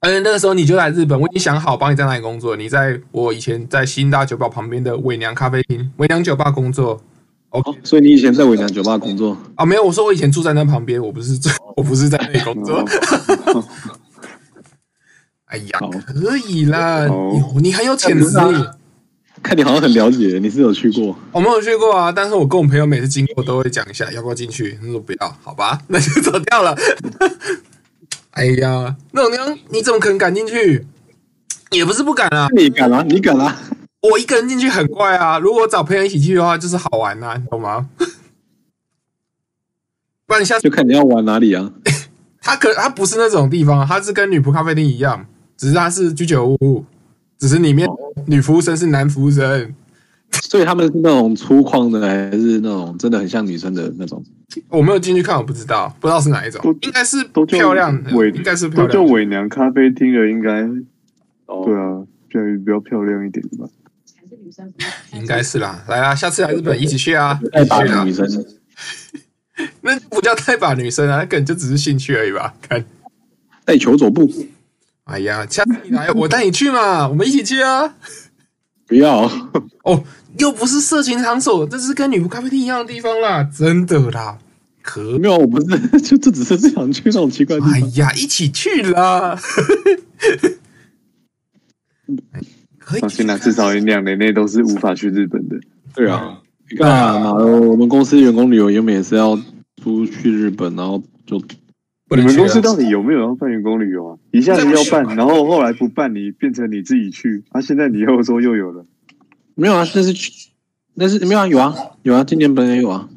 S3: 而且那个时候你就来日本，我已经想好帮你在哪里工作。你在我以前在新大酒吧旁边的伪娘咖啡厅、伪娘酒吧工作。OK
S1: 哦，所以你以前在伟强酒吧工作， [laughs]
S3: 啊，没有，我说我以前住在那旁边，我不是住， [laughs] 我不是在那里工作。哎呀
S1: 好，
S3: 可以啦，
S2: 好
S3: 你你很有潜质。
S1: 看你好像很了解，你是有去过，
S3: 我没有去过啊，但是我跟我朋友每次经过都会讲一下，要不要进去？他说不要，好吧，那就走掉了。 [laughs] 哎呀，那种地方你怎么可能敢进去？也不是不敢啊，
S1: 你敢啦、你敢啦、啊
S3: 我一个人进去很怪啊。如果我找朋友一起去的话，就是好玩呐、你懂吗？ [laughs] 不然下
S1: [laughs]
S3: 次
S1: 就看你要玩哪里啊。
S3: 他可他不是那种地方，他是跟女仆咖啡厅一样，只是他是居酒屋，只是里面女服务生是男服务生。
S1: 所以他们是那种粗犷的，还是那种真的很像女生的那种？
S3: 我没有进去看，我不知道，不知道是哪一种
S2: 都，
S3: 应该是
S2: 都叫
S3: 漂亮的，
S2: 伪，
S3: 应该是漂
S2: 都叫
S3: 亮的。
S2: 伪娘咖啡厅了，应该
S1: 哦
S2: 对啊，比较比较漂亮一点吧。
S6: 还是女生不
S3: 应该是啦，来啊啦，下次来日本一起去啊，
S1: 爱
S3: 一起
S1: 打
S3: 去啊
S1: 的女，生，
S3: 那就不叫太把女生啊，那可能就只是兴趣而已吧。看，
S1: 带球走步，
S3: 哎呀，下次你来，我带你去嘛， [laughs] 我们一起去啊。
S1: 不要。 [laughs]
S3: 哦，又不是色情场所，这是跟女仆咖啡厅一样的地方啦，真的啦，可
S1: 没有，我不是，就这只是想去那种奇怪的地
S3: 哎
S1: 方。
S3: 呀，一起去啦！ [laughs] 哎可以
S2: 放心啦，至少两年内都是无法去日本的。
S1: 对啊，你看啊，妈的我们公司员工旅游原本也是要出去日本，然后就
S3: 不能
S2: 你们
S3: 去
S2: 公司
S3: 啊
S2: 到底有没有要办员工旅游啊？一下子要办，然后后来不办，你变成你自己去，啊，现在你又说又有了，
S1: 没有啊，那是去，那是没有啊，有啊，有啊，今年本来也有啊，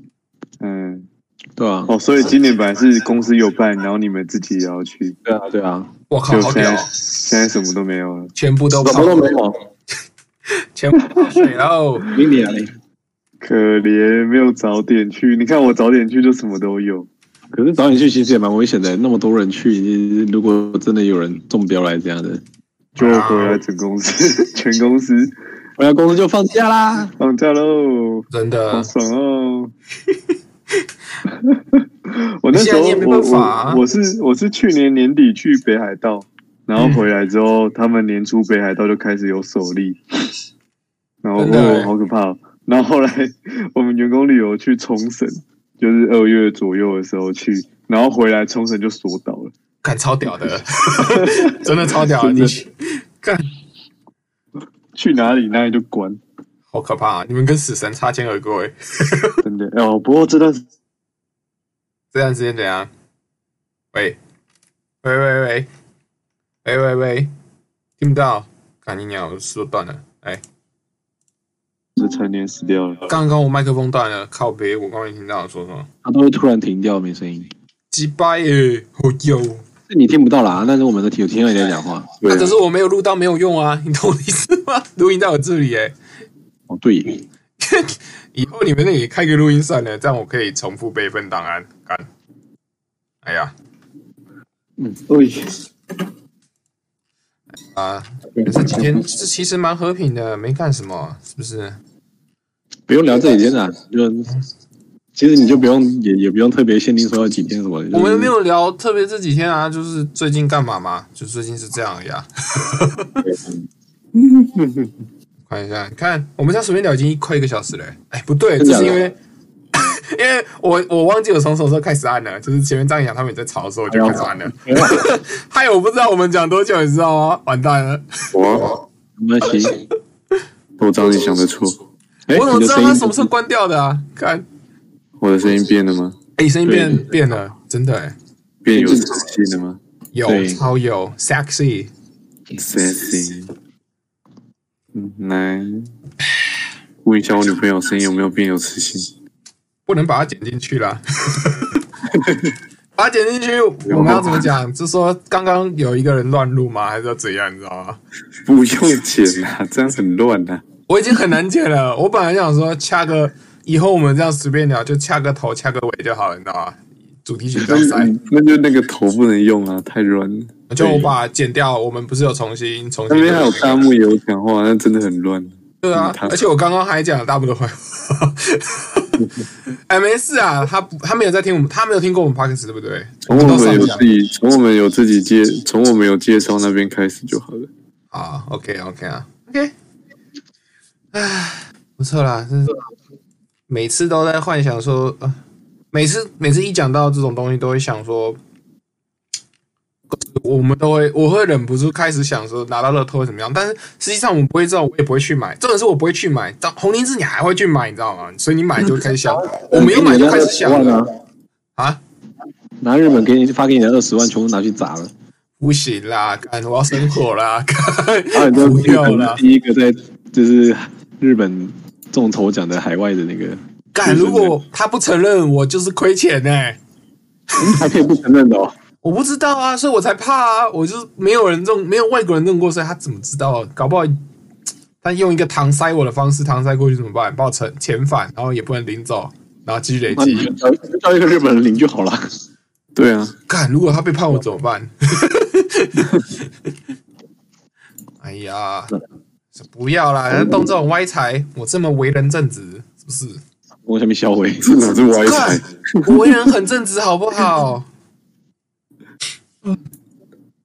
S2: 嗯，
S1: 对啊，
S2: 哦，所以今年本来是公司有办，然后你们自己也要去，
S1: 对啊，对啊，
S3: 我靠，
S2: 就
S3: 好
S2: 现
S3: 屌
S2: 在
S3: 哦，
S2: 现在什么都没有了，
S3: 全部都
S1: 什么都没，有，啊
S3: 全部泡水喽！
S1: 明年啊你。
S2: 可怜，没有早点去。你看我早点去就什么都有，
S1: 可是早点去其实也蛮危险的，那么多人去，你如果真的有人中标来这样的，
S2: 就回来整公司，
S3: [laughs]
S2: 全公司
S1: 回来哎公司就放假啦。
S2: 放假喽，
S3: 真
S2: 好 [laughs]
S3: 的，
S2: 爽哦！我那时
S3: 现在
S2: 候
S3: 你也没
S2: 我
S3: 办法啊
S2: 我我是我是去年年底去北海道，然后回来之
S3: 嗯
S2: 后，他们年初北海道就开始有首例，然后
S3: 真的欸
S2: 哦好可怕、哦。然后后来 [laughs] 我们员工旅游去冲绳，就是二月左右的时候去，然后回来冲绳就锁岛了。
S3: 看超屌的，真的超屌的，
S2: 真的
S3: 你去干
S2: 去哪里那里就关，
S3: 好可怕、啊！你们跟死神擦肩而过、欸，
S2: 真的。哦，不过这段
S3: 这段时间怎样？喂，喂喂喂，喂喂喂，听不到，赶紧鸟说断了，哎、
S2: 是成年死掉了。
S3: 刚刚我麦克风断了，靠别，我刚刚没听到你说什么，
S1: 它都会突然停掉，没声音。
S3: 鸡掰耶，好哟。
S1: 是你听不到啦，但是我们都听有听到你在讲话。
S2: 对
S3: 啊，
S2: 啊
S3: 可是我没有录到，没有用啊，你懂我的意思吗？ [laughs] 录音在我这里哎、
S1: 哦，对，
S3: 以后你们那里开个录音算了，这样我可以重复备份档案。干，哎呀啊，可是今天这其实蛮和平的，没干什么，是不是？
S1: 不用聊这几天啦，就其实你就不用也也不用特别限定说要几天什么的。就是
S3: 我们又没有聊特别这几天啊，就是最近干嘛嘛，就最近是这样而已啊。
S1: 嗯
S3: 看一下，你看我们这样随便聊已经快一个小时了、欸。哎，不对，
S1: 真
S3: 这
S1: 假的
S3: 是因为 [laughs] 因为我我忘记我从什么时候开始按了，就是前面张扬他们也在吵的时候我就
S1: 哎
S3: 开始按
S1: [laughs]
S3: 了。 [laughs] 害我不知道我们讲多久，你知道吗？完蛋了！
S2: 我
S1: 没关系。
S2: 我早点想得出，
S1: 哎，
S3: [laughs] 我怎么
S1: 你的
S3: 知道
S1: 声音
S3: 他什么时候关掉的啊？看，
S2: 我的声音变了吗？
S3: 哎、声音变
S1: 对
S3: 变了，真的、欸、
S2: 变有磁性了吗
S3: 有
S1: 对
S3: 超有 sexy。
S2: ？sexy，嗯，来问一下我女朋友声音有没有变有磁性？
S3: 不能把它剪进去啦。把它剪进去，我们要怎么讲？就说刚刚有一个人乱录吗？还是要怎样？你知道吗？
S2: 不用剪啦，这样很乱啊啦。
S3: 我已经很难剪了。我本来想说掐个，以后我们这样随便聊，就掐个头、掐个尾就好了，你知道吗？主题曲不要塞，
S2: 那就那个头不能用啊，太乱了。
S3: 就我把它剪掉。我们不是有重新重
S2: 那
S3: 新？
S2: 边还有大幕也有讲话，那真的很乱。
S3: 对啊
S2: 嗯他， [laughs]
S3: 而且我刚刚还讲了大部分坏话。哎，没事啊，他不，他没有在听我们，他没有听过我们 podcast，对不对？
S2: 从哦我
S3: 啊
S2: 们有自己，从我们有自己介，从我们有介绍那边开始就好了。
S3: 啊，OK OK 啊，OK，唉，不错啦，真是每次都在幻想说，啊，每次每次一讲到这种东西，都会想说，我们都会，我会忍不住开始想说拿到乐透会怎么样，但是实际上我们不会知道，我也不会去买，重点是我不会去买，但红林子你还会去买，你知道吗？所以你买就开始想，我没有买就开始 [laughs] 想
S1: 拿
S3: 了啊，
S1: 拿日本给你发给你的二十万，全部拿去砸了。
S3: 不行啦，干我要生火啦，干
S1: 然后你就
S3: [laughs] 不
S1: 变
S3: 啊要啦
S1: 成。第一个在就是日本中头奖的海外的那个，
S3: 干，如果他不承认，我就是亏钱呢、
S1: 还可以不承认的哦。
S3: 我不知道啊，所以我才怕啊。我就是没有人中，没有外国人中过，所以他怎么知道？啊搞不好他用一个搪塞我的方式搪塞过去怎么办？把我遣遣返，然后也不能领走，然后继续累
S1: 那你
S3: 积
S1: 就。叫叫一个日本人领就好了。
S2: 对啊，
S3: 干，如果他被判我怎么办？ [laughs] 哎呀，不要啦，动这种歪财，我这么为人正直，是不是？
S1: 我下面销 [laughs] 毁，
S2: 这哪是歪
S3: 干
S2: 财？，
S3: 我为人很正直，好不好？嗯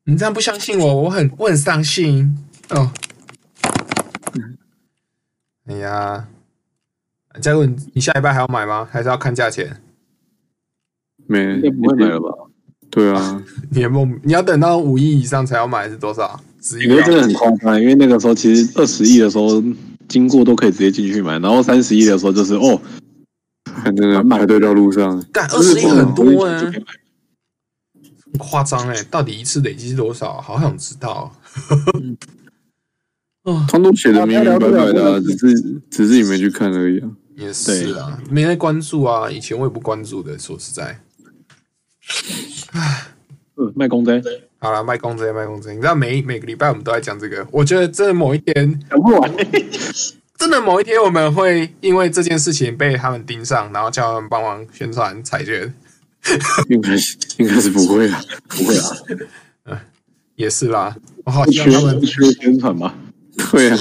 S3: 你这样不相信我，我很我很伤心哦。哎呀，嘉果，你你下礼拜还要买吗？还是要看价钱？
S2: 没
S1: 应该不会买 [laughs] 了吧？
S2: 对啊，
S3: 你的梦，你要等到五亿以上才要买，还是多少？十
S1: 因
S3: 亿
S1: 为
S3: 啊
S1: 真？的很夸张，因为那个时候其实二十亿的时候经过都可以直接进去买，然后三十亿的时候就是哦，
S2: 看真的排队到路上，
S3: 干二十亿很多哎、
S1: 就可以买
S3: 很夸张哎！到底一次累积是多少？好想知道。 [laughs] 哦，
S2: 他都写的明明白白的、啊，只是只是你没去看而已啊。
S3: 也是啊，没在关注啊，以前我也不关注的。说实在，
S1: 呃卖公仔，
S3: 好了，卖公仔，卖公仔，你知道每每个礼拜我们都在讲这个，我觉得真的某一天，
S1: 讲不 [laughs] 完。
S3: 真的某一天我们会因为这件事情被他们盯上，然后叫他们帮忙宣传彩券，
S2: 应
S1: 啊
S2: 该是应该是不会啊，
S1: 不会啊，
S3: 也
S1: [laughs]
S3: 是啦。我好
S1: 不
S3: 希
S1: 缺
S3: 望他们
S1: 不缺宣传吧？
S2: 对啊，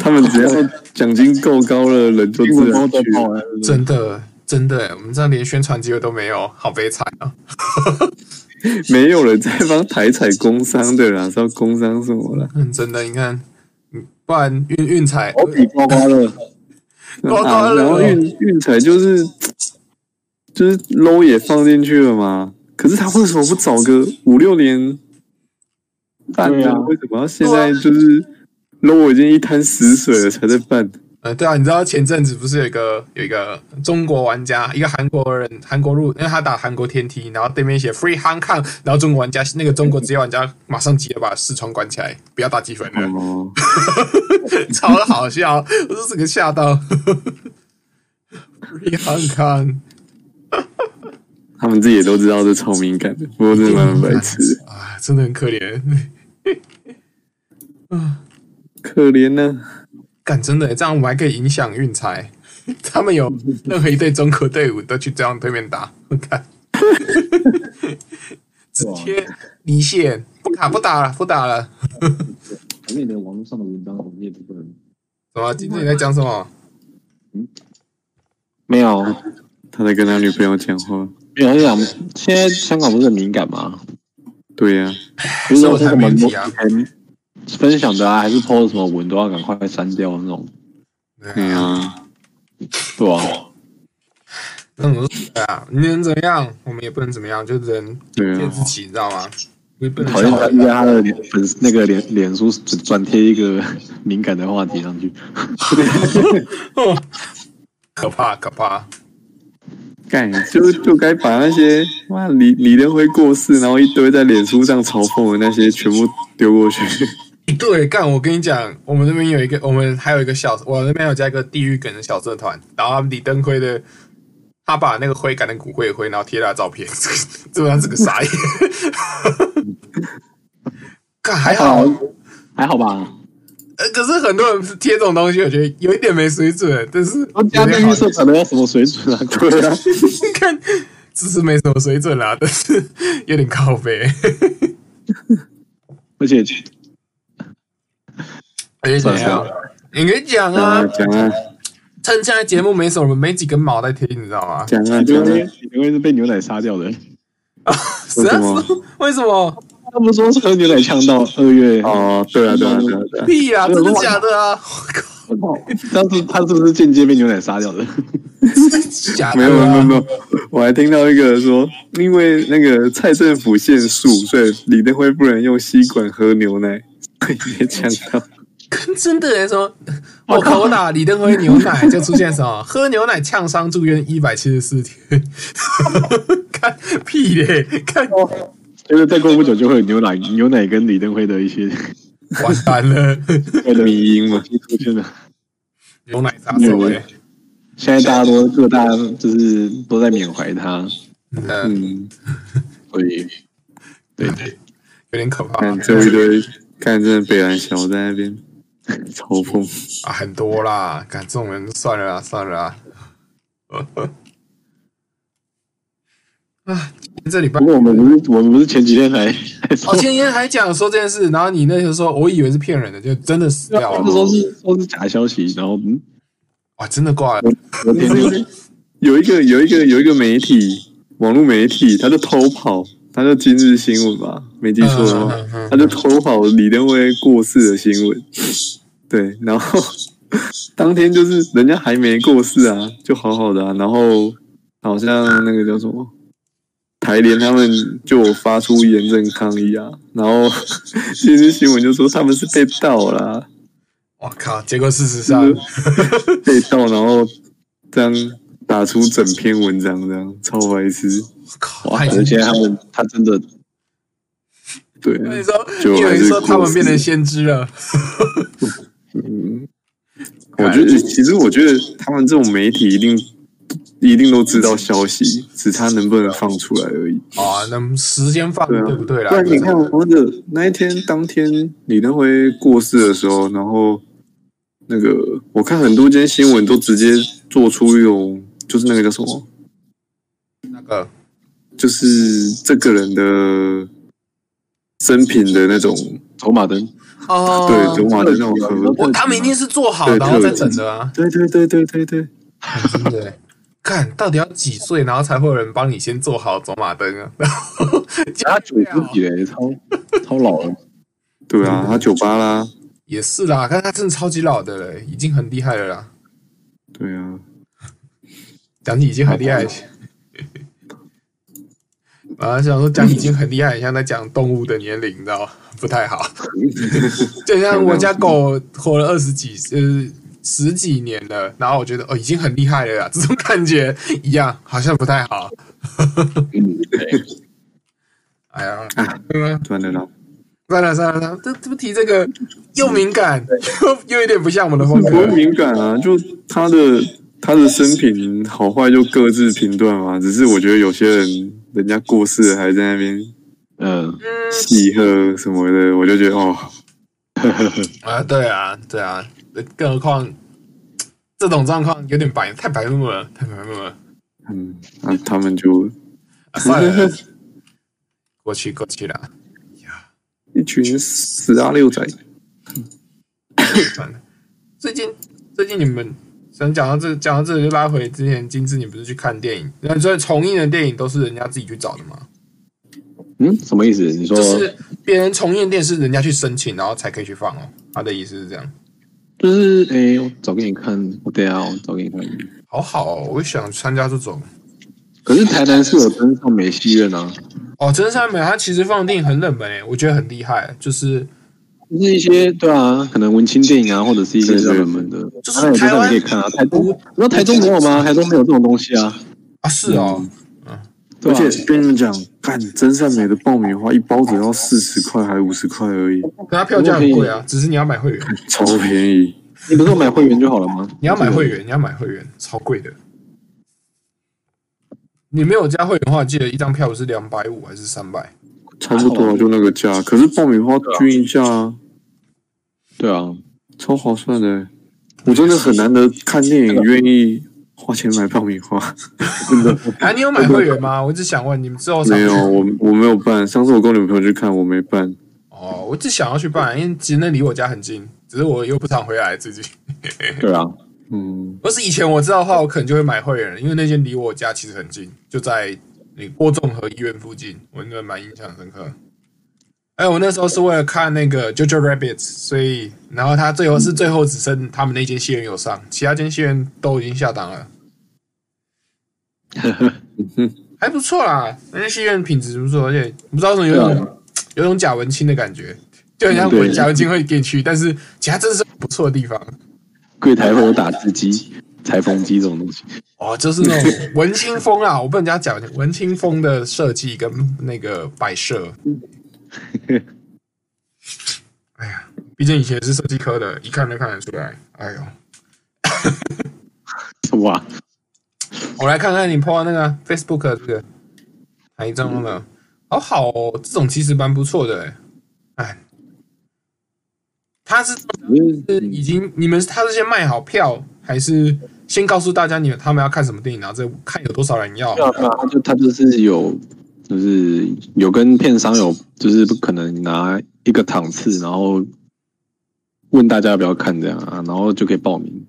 S2: 他们只要奖金够高了，人就
S1: 新
S2: 自
S1: 闻包
S2: 然
S1: 都啊
S2: 去
S1: 爆 [laughs]
S2: 了。
S1: 了，
S3: 真的真的欸，我们这样连宣传机会都没有，好悲惨啊！
S2: 没有人在帮台彩工商的啦，是要工商什么啦？
S3: 嗯，真的，你看，嗯不然运运彩
S1: 好比刮刮乐，
S3: 高高
S2: 啊
S3: 乐
S2: 然后运运彩就是就是 low 也放进去了嘛，可是他为什么不找个五六年办
S1: 对
S2: 呢？
S1: 啊
S2: 为什么要现在就是 low 已经一滩死水了才在办？
S3: 呃，对啊，你知道前阵子不是有一个有一个中国玩家，一个韩国人，韩国入，因为他打韩国天梯，然后对面写 Free Hong Kong，然后中国玩家那个中国职业玩家马上急着把视窗关起来，不要打积分了，
S2: 哦，
S3: [laughs] 超好笑，我就整个吓到。Free Hong Kong，
S2: 他们自己也都知道这超敏感的，不过真的蛮白痴的，
S3: 啊，真的很可怜，
S2: 可怜啊呢、
S3: 干真的，这样我们还可以影响运彩，他们有任何一队中国队伍都去这样对面打，我看，直接离线，不打不打了，不打了。
S1: [laughs] 反正你的网络上的文章我们也不能。
S3: 什么？今天你在讲什么？
S1: 没有，
S2: 他在跟他女朋友讲话。
S1: 没有，我想现在香港不是很敏感吗？
S2: 对啊呀、
S1: 不是
S3: 社
S1: 说
S3: 会
S1: 什
S3: 太
S1: 么
S3: 媒
S1: 以
S3: 体啊
S1: 前分享的啊，还是 PO 什么文都要赶快删掉那种，
S3: 啊
S1: 嗯
S2: 哎呀、
S1: 啊对吧、
S3: 那种是对啊，你能怎么样？我们也不能怎么样，就只能
S2: 对啊呀、
S3: 见自己，你知道吗？你不能
S1: 啊讨厌
S3: 笑
S1: 他
S3: 人
S1: 在他的脸粉丝那个脸脸书转转贴一个敏感的话题上去，
S3: [laughs] 可怕可怕。
S2: 干就就该把那些妈李李登辉过世，然后一堆在脸书上嘲讽的那些全部丢过去。
S3: 对，干！我跟你讲，我们那边有一个，我们还有一个小，我那边有加一个地狱梗的小社团，然后他们李登辉的，他把那个灰改成骨灰的灰，然后贴他的照片， [laughs] 这让这个傻眼。干还好，
S1: 还好吧？
S3: 呃可是很多人贴这种东西，我觉得有一点没水准，但是
S1: 然后加
S3: 有
S1: 地
S3: 点好
S1: 狱社
S3: [laughs]
S1: 团的要什么水准啊？对啊，
S3: 看，只是没什么水准啦，但是有点靠背。
S1: 而且
S3: [laughs] 而且怎样？你可以讲啊
S2: 啊，，讲啊，
S3: 趁现在节目没什么没几根毛在听，你知道吗？
S2: 讲啊
S1: 你就
S2: 讲啊
S1: 会，你就会是被牛奶杀掉的。
S2: 为什么？
S3: [laughs] 为什么？
S1: 他们说是喝牛奶呛到二月， [laughs]
S2: 哦，对啊对啊对啊对啊，
S3: 屁啊！真的假的啊？
S1: 他是他是不是间接被牛奶杀掉的？
S3: [laughs]
S1: [laughs]
S3: 假
S2: 没
S3: 的
S2: 有没有
S3: 啊？
S2: 没有，我还听到一个说，因为那个蔡政府限速，所以李登辉不能用吸管喝牛奶， [laughs] 也讲到
S3: 真的耶什么？ [laughs] 我口打李登辉牛奶就出现什 [laughs] 么？喝牛奶呛伤住院一百七十四天， [laughs] 看屁嘞！看
S1: 就是再过不久就会有牛奶牛奶跟李登辉的一些
S3: 完蛋 [laughs] 了，
S1: [laughs] 为了
S2: 迷因嘛，
S1: 出现了。
S3: 牛奶杀手哎！
S1: 现在大家都各大就是都在缅怀他，
S3: 嗯，
S2: 嗯，
S1: 所以对对，
S3: 有点可怕
S2: 看这一堆，看这北兰小在那边嘲讽，
S3: 啊，很多啦。看这种人算了啦，算了啊 [laughs] 啦。啊，今天这礼拜
S1: 不过我们不是我们不是前几天还还说
S3: 哦，前天还讲说这件事，然后你那时候说我以为是骗人的，就真的死掉
S2: 哦
S1: 他们说
S3: 了，
S1: 是说是假消息，然后嗯，
S3: 哇，真的挂了。
S1: 昨天就
S2: 有一个有一个有一个媒体，网络媒体，他就偷跑，他就今日新闻吧，没记错的话。
S3: 嗯嗯嗯嗯
S2: 他就偷跑李登辉过世的新闻， [laughs] 对，然后 [laughs] 当天就是人家还没过世啊，就好好的啊，然后好像那个叫什么台联他们就有发出严正抗议啊，然后 [laughs] 今日新闻就说他们是被盗啦、 [laughs]
S3: 我靠！结果事实上，
S2: 嗯被盗，然后这样打出整篇文章，这样超白痴，
S3: 靠！
S1: 哇，
S3: 还
S1: 而且他们他真的
S2: 对啊、
S3: 你说，
S2: 就
S3: 你以
S2: 还
S3: 为
S2: 是
S3: 说他们
S2: 过
S3: 变
S2: 世
S3: 成先知
S2: [laughs]
S3: 了？
S2: 嗯，我觉得其实我觉得他们这种媒体一定一定都知道消息，只差能不能放出来而已。
S3: 啊，那时间放
S2: 对啊
S3: 对不对啦？
S2: 不然你看，我的那一天当天李登辉过世的时候，然后那个我看很多间新闻都直接做出一种就是那个叫什么，
S3: 那个
S2: 就是这个人的生平的那种
S1: 走马灯，
S3: 哦，
S2: 对走马灯那种合
S3: 我他们一定是做好
S2: 对
S3: 然后再
S2: 特辑
S3: 整的啊，
S2: 对对对对对对，
S3: 真的欸。看到底要几岁，然后才会有人帮你先做好走马灯啊？然 [laughs] 啊后
S1: 他九十几嘞，超超老了，
S2: 对啊，他酒吧啦，
S3: 也是啦，看他真的超级老的了，已经很厉害了啦。
S2: 对啊，
S3: 讲你已经很厉害了。 [laughs] 啊，想说讲你已经很厉害，很像在讲动物的年龄，你知道吗 [laughs] 不太好。就像我家狗活了二十几，呃，十几年了，然后我觉得哦，已经很厉害了啦，这 [laughs] 种感觉一样，好像不太好。
S1: 嗯，对，
S3: 哎呀，
S2: 突然聊到
S3: 算了算了算了，这这不提这个，又敏感，又又有点不像我们的风
S2: 不会 [laughs]
S3: 格。
S2: 敏感啊，就他的他的生平好坏就各自评断嘛。只是我觉得有些人人家过世了还在那边
S1: 嗯，
S3: 嗯，
S2: 戏喝什么的，我就觉得哦，
S3: 啊，对啊，对啊，更何况这种状况有点白，太白目了，太白目了。
S2: 嗯，那、他们就
S3: 啊算了，过去过去了，
S2: 一群死阿六仔。
S3: [coughs] 算了。最近最近你们想讲到这讲到这里就拉回之前，金志你不是去看电影？那所以重映的电影都是人家自己去找的吗？
S1: 嗯，什么意思？你说
S3: 就是别人重映的电影是人家去申请，然后才可以去放哦。他的意思是这样。
S1: 就是诶，我找给你看，对啊，我找给你看。
S3: 好好、哦，我也想参加这种。
S1: 可是台南是有登上美戏院啊，
S3: 哦，真善美，他其实放的电影很冷门欸诶，我觉得很厉害，就是
S1: 就是一些对啊，可能文青电影啊，或者是一些热门的，
S3: 就是
S1: 当然有
S3: 台
S1: 这
S3: 湾
S1: 种可以看啊。台中，你知道台中没有吗？台中没有这种东西啊，
S3: 啊，是哦，
S1: 对啊
S2: 而
S1: 吧？
S2: 且跟你们讲，干真善美的爆米花一包只要四十块还五十块而已，
S3: 可他票价很贵啊，只是你要买会员，
S2: 超便宜。
S1: 你不是有买会员就好了吗？
S3: 你要买会员，你要买会员，超贵的。你没有加会员的话，记得一张票是两百五还是三百？
S2: 差不多啊就那个价，可是爆米花均一价啊，
S1: 对啊，
S2: 超划算的欸、我真的很难得看电影愿意花钱买爆米花。
S3: 啊，你有买会员吗？我只想问你们之后想
S2: 没有，我我没有办。上次我跟我女朋友去看，我没办。
S3: 哦，我只想要去办，因为其实那离我家很近，只是我又不常回来自己。
S1: 对啊，
S2: 嗯，
S3: 要是以前我知道的话，我可能就会买会员了，因为那间离我家其实很近，就在那个郭仲和医院附近，我那个蛮印象深刻。哎，我那时候是为了看那个《JoJo Rabbit》，所以然后他最后是最后只剩他们那间戏院有上，其他间戏院都已经下档了，还不错啦。那间戏院品质不错，而且不知道为什么有
S4: 对
S3: 种有种贾文清的感觉，就很像我
S1: 对
S3: 贾文清会给你去，但是其他真的是不错的地方。
S1: 柜台会有打字机、裁缝机这种东西。
S3: 哦，就是那种文青风啊！我不能这样讲，文青风的设计跟那个摆 [laughs] 设。哎呀，毕竟以前是设计科的，一看就看得出来。哎呦，
S1: 哇，
S3: 我来看看你 PO 的那个 Facebook 的这个台中的，好好哦，这种其实蛮不错的哎。哎，他是是已经你们他是先卖好票，还是先告诉大家你们他们要看什么电影，然后再看有多少人要？
S1: 对啊，对啊，他就他就是有，就是有跟片商有，就是不可能拿一个场次，然后问大家要不要看这样啊，然后就可以报名。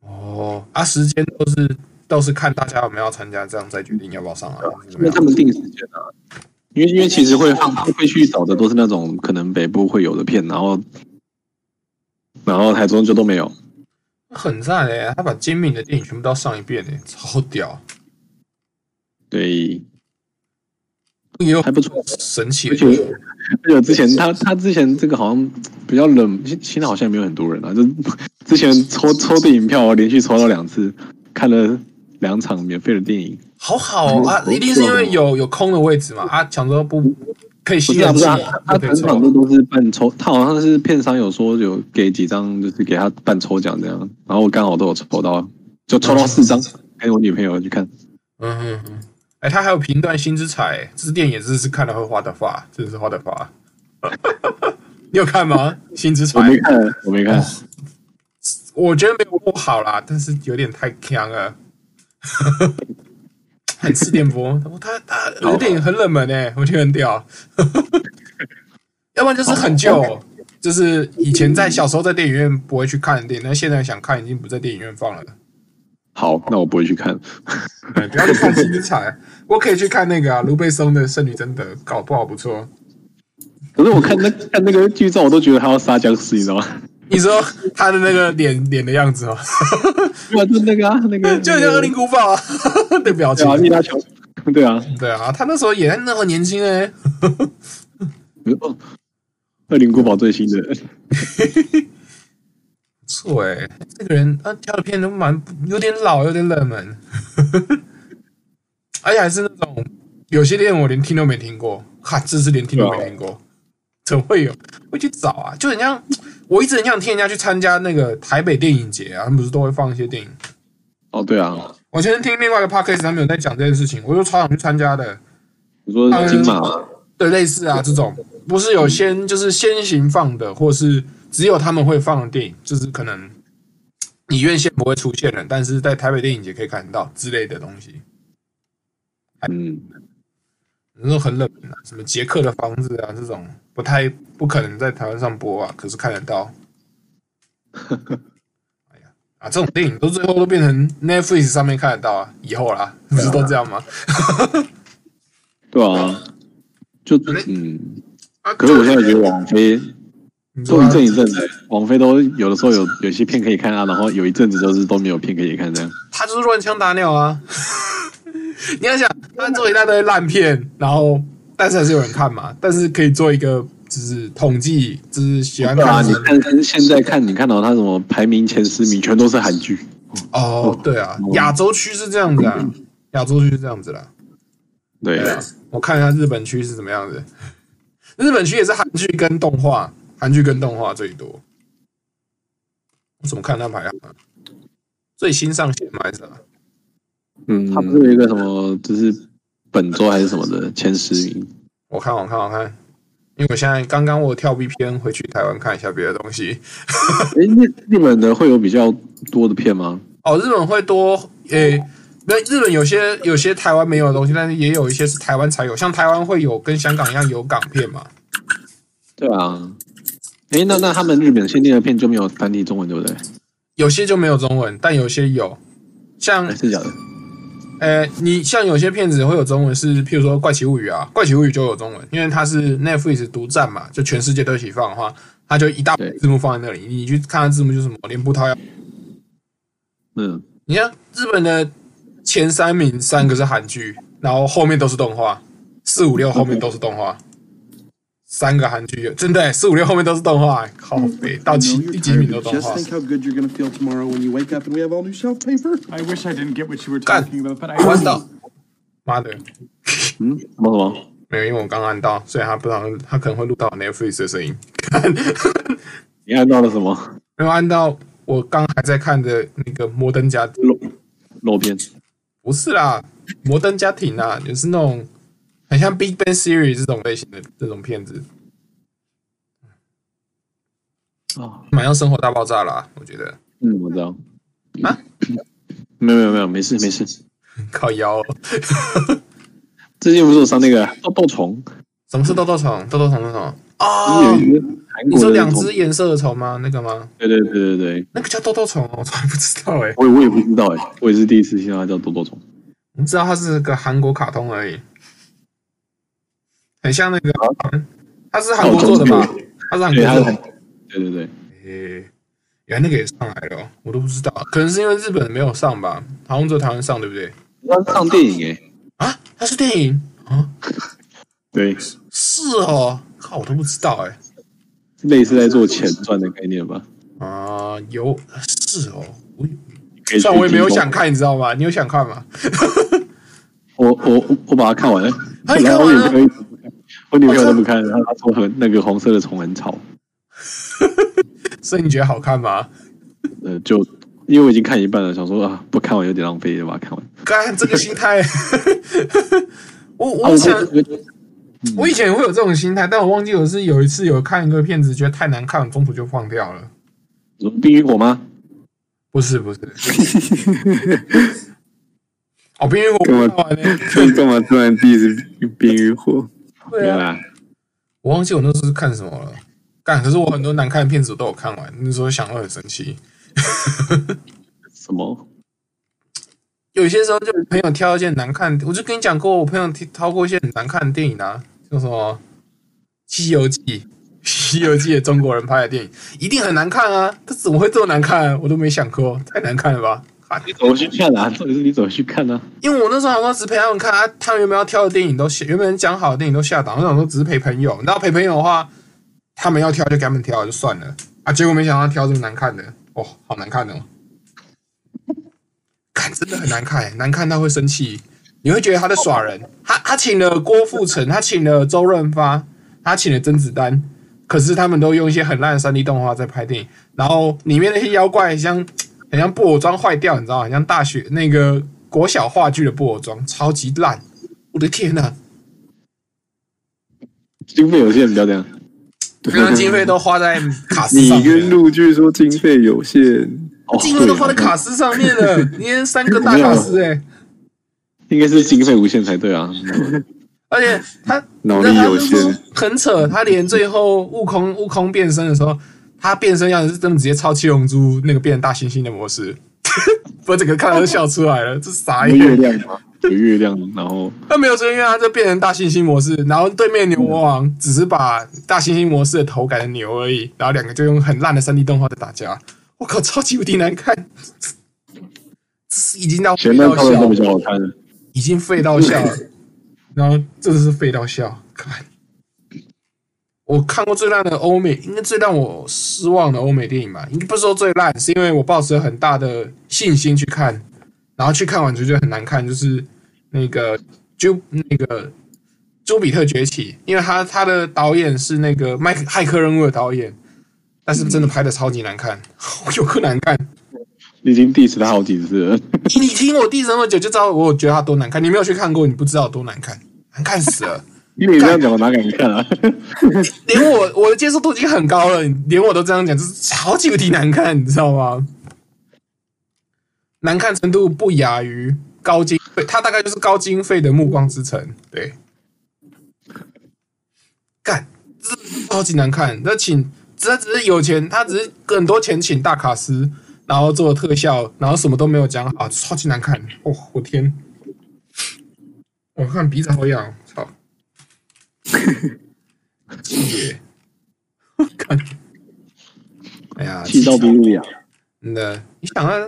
S3: 哦，啊，时间都是都是看大家有没有要参加，这样再决定要不要上来，啊怎
S1: 因
S3: 么
S1: 为
S3: 样
S1: 他？们定时间啊，因为因为其实会放会去找的都是那种可能北部会有的片，然后然后台中就都没有。
S3: 很赞哎、他把精明的电影全部都要上一遍哎、超屌，
S1: 对，
S3: 也有
S1: 还不错。
S3: 神奇
S1: 而
S3: 的
S1: 且
S3: 地方。
S1: 而且之前他他之前这个好像比较冷，现现在好像也没有很多人啊。就 [laughs] 之前抽抽电影票，我连续抽了两次，看了两场免费的电影。
S3: 好好哦啊，
S1: 嗯
S3: 一定是因为有有空的位置嘛啊，想说不可以
S1: 不
S3: 吸
S1: 是啊，
S3: 人
S1: 不
S3: 气
S1: 是啊，他
S3: 就可以
S1: 整场
S3: 抽
S1: 都都是办抽，他好像是片商有说有给几张，就是给他办抽奖这样。然后我刚好都有抽到，就抽到四张，陪我女朋友去看。
S3: 嗯嗯嗯，哎、他还有评断新之彩、欸，这电影也真是看了会花的发，真的是花 [laughs] 的发。你有看吗？新之彩
S1: 我，没看，哎我没看。
S3: 我觉得没有不好啦，但是有点太强了， [laughs] 很吃点播。他他有的电影很冷门诶、我觉得很屌。 [laughs] 要不然就是很
S1: 哦
S3: 旧，就是以前在小时候在电影院不会去看的电影，但现在想看已经不在电影院放了。
S1: 好，那我不会去看。
S3: 对，不要去看新之彩，我可以去看那个啊，卢贝松的《圣女贞德》，搞不好不错。
S1: 可是我看那看那个剧照，我都觉得他要杀僵尸，你知道吗？ [laughs]
S3: 你说他的那个脸脸的样子哦，
S1: 对啊， [laughs] 就那个啊，那个
S3: 就很像《恶灵古堡》啊 [laughs] 的表
S1: 对
S3: 情
S1: 啊，。密拉乔， [laughs] 对啊，
S3: 对啊，他那时候也那很年轻哎、
S1: 哦，二零古堡最新的，
S3: 不错哎、这个人他挑的片都蛮有点老，有点冷门， [laughs] 而且还是那种有些店我连听都没听过，哈，这是连听都没听过，怎么会有？会去找啊？就很像我一直很想听人家去参加那个台北电影节啊，他们不是都会放一些电影？
S1: 哦，对啊，
S3: 我前天听另外一个 podcast 他们有在讲这件事情，我就超想去参加的。
S1: 你说金马
S3: 对，类似啊这种，不是有先就是先行放的，或是只有他们会放的电影，就是可能你院线不会出现的，但是在台北电影节可以看到之类的东西，
S1: 嗯，
S3: 那种很冷门啊，什么捷克的房子啊这种，不太不可能在台湾上播啊，可是看得到。哎呀，啊，这种电影都最后都变成 Netflix 上面看得到啊，以后啦，不是都这样吗？
S1: 对啊，就
S3: 对
S1: 嗯，
S3: 啊，
S1: 可是我现在觉得王菲
S3: 你说
S1: 做
S3: 啊
S1: 一阵一阵的，王菲都有的时候有有些片可以看啊，然后有一阵子就是都没有片可以看这样。
S3: 他就是乱枪打鸟啊！ [laughs] 你要想，他做一大堆烂片，然后但是还是有人看嘛，但是可以做一个就是统计，就是喜欢
S1: 对啊，
S3: 看
S1: 你
S3: 的人
S1: 看跟现在看，你看到他什么排名前十名全都是韩剧，
S3: 哦，对啊，亚洲区是这样子啊，亚洲区是这样子啦。
S1: 对
S3: 对啊，我看一下日本区是怎么样子，日本区也是韩剧跟动画，韩剧跟动画最多。我怎么看它排行啊？最新上线吗？还是什么？
S2: 嗯，
S1: 他不
S2: [laughs]
S1: 是有一个什么就是本周还是什么的前十名，
S3: 我看，我看，我看，因为我现在刚刚我跳 VPN 回去台湾看一下别的东西。
S1: 哎，日日本的会有比较多的片吗？
S3: 哦，日本会多，诶、那日本有些有些台湾没有的东西，但是也有一些是台湾才有，像台湾会有跟香港一样有港片嘛？
S1: 对啊，哎，那那他们日本限定的片就没有繁体中文，对不对？
S3: 有些就没有中文，但有些有。像
S1: 是假的。
S3: 呃，你像有些片子会有中文是，譬如说《怪奇物语》啊，《怪奇物语》就有中文，因为它是 Netflix 独占嘛，就全世界都一起放的话，它就一大
S1: 对
S3: 字幕放在那里，你去看它字幕就是什么连葡萄牙。
S1: 嗯，
S3: 你看日本的前三名三个是韩剧，然后后面都是动画，四五六后面都是动画，三个韩剧真的欸四五六后面都是动画欸，靠北到七
S6: You know
S3: 第
S6: you're
S3: 几名
S6: tired,
S3: 都
S6: but
S3: 动
S6: Just
S3: 画。
S6: think how good you're gonna feel tomorrow when you wake up and we have all new shelf paper.
S7: I wish I didn't get what you were
S5: God.
S7: talking about, but I
S5: 我按到，
S3: 妈的，
S1: 什么什么？
S3: 没有，因为我刚按到，所以他不知道他可能会录到 Netflix 的声音。 [laughs]
S1: 你按到了什么？
S3: 没有按到我刚还在看的那个《摩登家庭》，
S1: 漏漏片？
S3: 不是啦，《摩登家庭》啊，就是那种很像《Big Bang Theory》这种类型的这种片子，
S1: 哦，
S3: 蛮像《生活大爆炸》啦，我觉得
S1: 嗯，我知道。
S3: 啊？
S1: [coughs] 没有没有没有，没事没事。
S3: 靠腰哦。
S1: 最近不是有上那个豆豆虫，
S3: 什么是豆豆虫？豆豆虫是什么？
S1: 有
S3: 哦，
S1: 一个韩
S3: 你
S1: 国
S3: 说
S1: 的
S3: 两
S1: 虫
S3: 只颜色的虫吗？那个吗？
S1: 对对对对对，
S3: 那个叫豆豆虫哦，我从来不知道哎、
S1: 我也我也不知道哎、我也是第一次听到它叫豆豆
S3: 嗯
S1: 虫。
S3: 你知道它是个韩国卡通而已，很像那个，
S1: 啊
S3: 它是韩国做的吧？它是韩
S1: 哦对，
S3: 国
S1: 它是
S3: 做的
S1: 韩。对对对，
S3: 诶、原来那个也上来了哦，我都不知道，可能是因为日本没有上吧，好像只有台湾上，对不对？
S1: 它上电影哎、
S3: 啊，它是电影啊，
S1: 对，
S3: 是哦，靠，我都不知道哎、
S1: 类似在做前传的概念吧。
S3: 啊、有是哦，我
S1: 可以去
S3: 虽然我也没有
S1: 听
S3: 想看，你知道吗？你有想看吗？
S1: 我我我我把它看完了，
S3: 啊你
S1: [laughs]
S3: 看
S1: 然后
S3: 完
S1: 我女
S3: 了
S1: 朋友一直不看，我女朋友都不看，然后她说和那个红色的虫很吵，
S3: 所以你觉得好看吗？
S1: 呃，就因为我已经看一半了，想说啊不看完有点浪费，就把它看完。
S3: 干这个心态， [laughs] 我
S1: 啊，我
S3: 我
S1: 嗯
S3: 想、
S1: 我我
S3: 我以前也会有这种心态，但我忘记我是有一次有看一个片子，觉得太难看，中途就放掉了。
S1: 我冰与火吗？
S3: 不是
S1: [laughs]
S3: 不是，哦，冰与火
S2: 干嘛
S3: 看完呢？
S2: 这干嘛突然 diss 冰与火？
S3: 对
S1: 没有
S3: 啊，
S1: 啦，
S3: 我忘记我那时候是看什么了。干，可是我很多难看的片子我都有看完，那时候想到很生气。
S1: 什么？
S3: 有些时候就朋友挑一些难看，我就跟你讲过，我朋友挑挑过一些很难看的电影啊，像什么《西游记》。《西游记》的中国人拍的电影一定很难看啊！这怎么会这么难看、啊？我都没想过，太难看了吧！啊
S1: 你怎么去看啊？到底是你怎么去看呢、
S3: 因为我那时候想说只陪他们看，啊、他们原本要挑的电影都下，原本讲好的电影都下档，我想说只是陪朋友，你知道陪朋友的话，他们要挑就给他们挑就算了啊，结果没想到挑这么难看的，哦，好难看哦，看真的很难看，难看到会生气，你会觉得他在耍人，他他请了郭富城，他请了周润发，他请了甄子丹。可是他们都用一些很烂的三 D 动画在拍电影，然后里面那些妖怪很像很像布偶装坏掉，你知道吗？很像大学那个国小话剧的布偶装，超级烂！我的天呐、
S1: 经费有限，不要这样。
S3: 平常经费都花在卡斯 [laughs] 上
S2: 你跟
S3: 面了，
S2: 陆剧说经费有限，
S1: 哦，
S3: 经费都花在
S1: 对啊
S3: 卡斯上面了。你连三个大卡斯哎、
S1: 应该是经费无限才对啊。
S3: 而且他
S2: 脑力有限，
S3: 很扯。他连最后悟空悟空变身的时候，他变身样子是真的直接抄七龙珠那个变成大猩猩的模式， [laughs] 我整个看了都笑出来了，这傻
S1: 有月
S3: 眼。
S1: 亮吗？有月亮，然后
S3: 他没有追，因为他就变成大猩猩模式，然后对面牛魔
S1: 嗯
S3: 王只是把大猩猩模式的头改成牛而已，然后两个就用很烂的三 D 动画在打架。我靠，超级无敌难看，已经到
S1: 前
S3: 废
S1: 面
S3: 到
S1: 他们都
S3: 笑
S1: 比，较好看的。
S3: 已经废到笑了，然后真的是废到笑，看。我看过最烂的欧美，应该最让我失望的欧美电影吧，应该不是说最烂，是因为我抱持了很大的信心去看，然后去看完就觉得很难看，就是那个就那个《朱比特崛起》，因为他他的导演是那个麦克骇客任务的导演，但是真的拍的超级难看， [laughs] 有够难看。
S1: 你已经 diss 他好几次了，
S3: 你你听我弟这么久就知道我觉得他多难看，你没有去看过，你不知道多难看，难看死了。
S1: 因为你这样讲，我哪敢看啊？
S3: 连我我的接受度已经很高了，连我都这样讲，就是超级无敌难看，你知道吗？难看程度不亚于高经费，它大概就是高经费的《暮光之城》对。干，这超级难看。那请，这只是有钱，他只是很多钱请大卡司，然后做特效，然后什么都没有讲好，超级难看。哦，我天！我看鼻子好痒，
S4: [laughs]
S3: 操！气耶！看，哎呀，
S4: 气到不入痒。
S3: 真的，你想啊，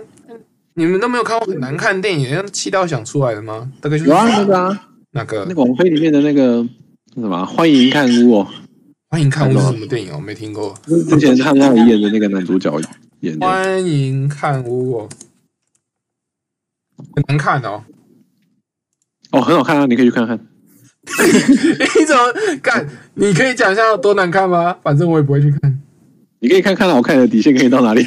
S3: 你们都没有看过很难看的电影，气到想出来的吗？大概就是
S1: 有啊，那个啊，
S3: 那个
S1: 那个王菲里面的那个那什么啊，欢迎看屋哦，
S3: 欢迎看屋是什么电影哦？我没听过。
S1: 就是之前他那里演的那个男主角演的，
S3: 欢迎看屋哦，很难看哦。 [laughs]
S1: 哦，很好看啊，你可以去看看。
S3: 你怎么干？你可以讲一下有多难看吗？反正我也不会去看。
S1: 你可以看看好看的底线可以到哪里？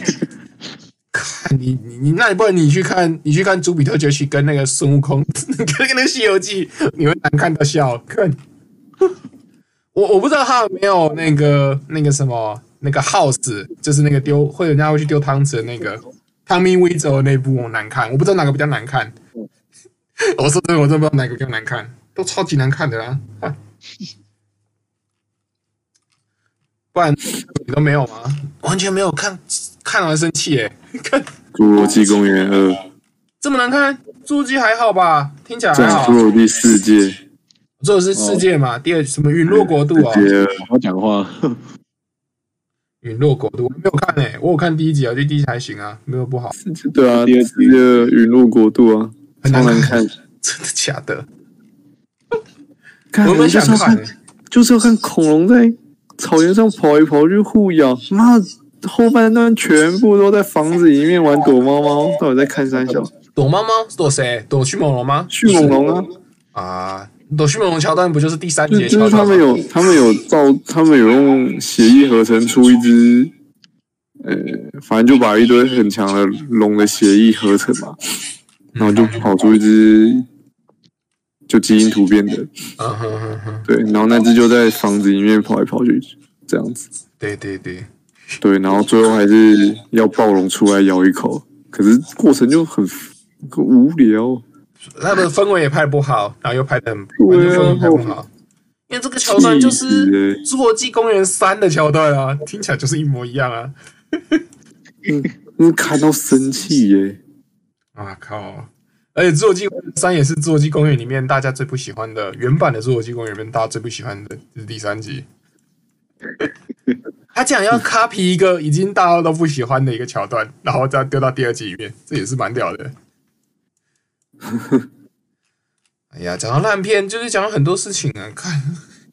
S1: [laughs]
S3: 看 [laughs] 你你你，那你不然你去看你去看《朱比特崛起》跟那个孙悟空， [laughs] 跟那个《西游记》，你会难看到笑。看， [laughs] 我我不知道他有没有那个那个什么那个 house，就是那个丢会人家会去丢汤匙的那个《汤米威州》那部我难看，我不知道哪个比较难看。 [laughs] 我说真的，我真的不知道哪个比较难看，都超级难看的啦。 [laughs] 啊不然你都没有吗？完全没有看，看完生气耶、看
S2: 侏罗纪公园二》
S3: 啊这么难看，侏姬还好吧？听起来还
S2: 占
S3: 好
S2: 侏
S3: 啊。
S2: 罗纪世界世
S3: 这是世界嘛？第二什么陨落国度啊？
S2: 哦界二，
S1: 好好讲话，
S3: 陨落国度我没有看诶、我有看第一集啊，我觉得第一集还行啊，没有不好。 [laughs]
S2: 对啊，
S1: 第二集
S2: 世界二陨落国度啊，
S3: 很
S2: 超
S3: 难
S2: 难看。
S3: 真的假的？
S2: 看
S3: 我
S2: 我
S3: 们想
S2: 哎就是要
S3: 看、
S2: 看，
S3: 欸，
S2: 就是要看恐龙在草原上跑来跑去互咬，妈的后半段全部都在房子里面玩躲猫猫，到底在看三小？
S3: 躲猫猫躲谁？躲迅猛龙吗？
S2: 迅猛龙啊，
S3: 啊，躲迅猛龙桥段不就是第三
S2: 就
S3: 节
S2: 就
S3: 桥
S2: 是他
S3: 段
S2: 们
S3: 吗？
S2: 有他们有造，他们有用协议合成出一只，呃，反正就把一堆很强的龙的协议合成嘛，然后就跑出一只就基因突变的，
S3: 嗯哼哼哼，
S2: 对，然后那只就在房子里面跑来跑去这样子。
S3: 对对对，
S2: 对，然后最后还是要暴龙出来咬一口，可是过程就很很无聊。
S3: 他的氛围也拍不好，然后又拍的很，反正
S2: 对啊
S3: 氛围拍不好。因为这个桥段就是
S2: 气死
S3: 《
S2: 欸
S3: 侏罗纪公园三》的桥段啊，听起来就是一模一样啊！
S2: 嗯，看到生气耶！
S3: 啊靠！而且《侏罗纪公园三》也是《侏罗纪公园》里面大家最不喜欢的原版的《侏罗纪公园》里面大家最不喜欢的就是第三集。他竟然要 copy 一个已经大家都不喜欢的一个桥段，然后再丢到第二集里面，这也是蛮屌的。哎呀，讲到烂片，就是讲到很多事情啊，看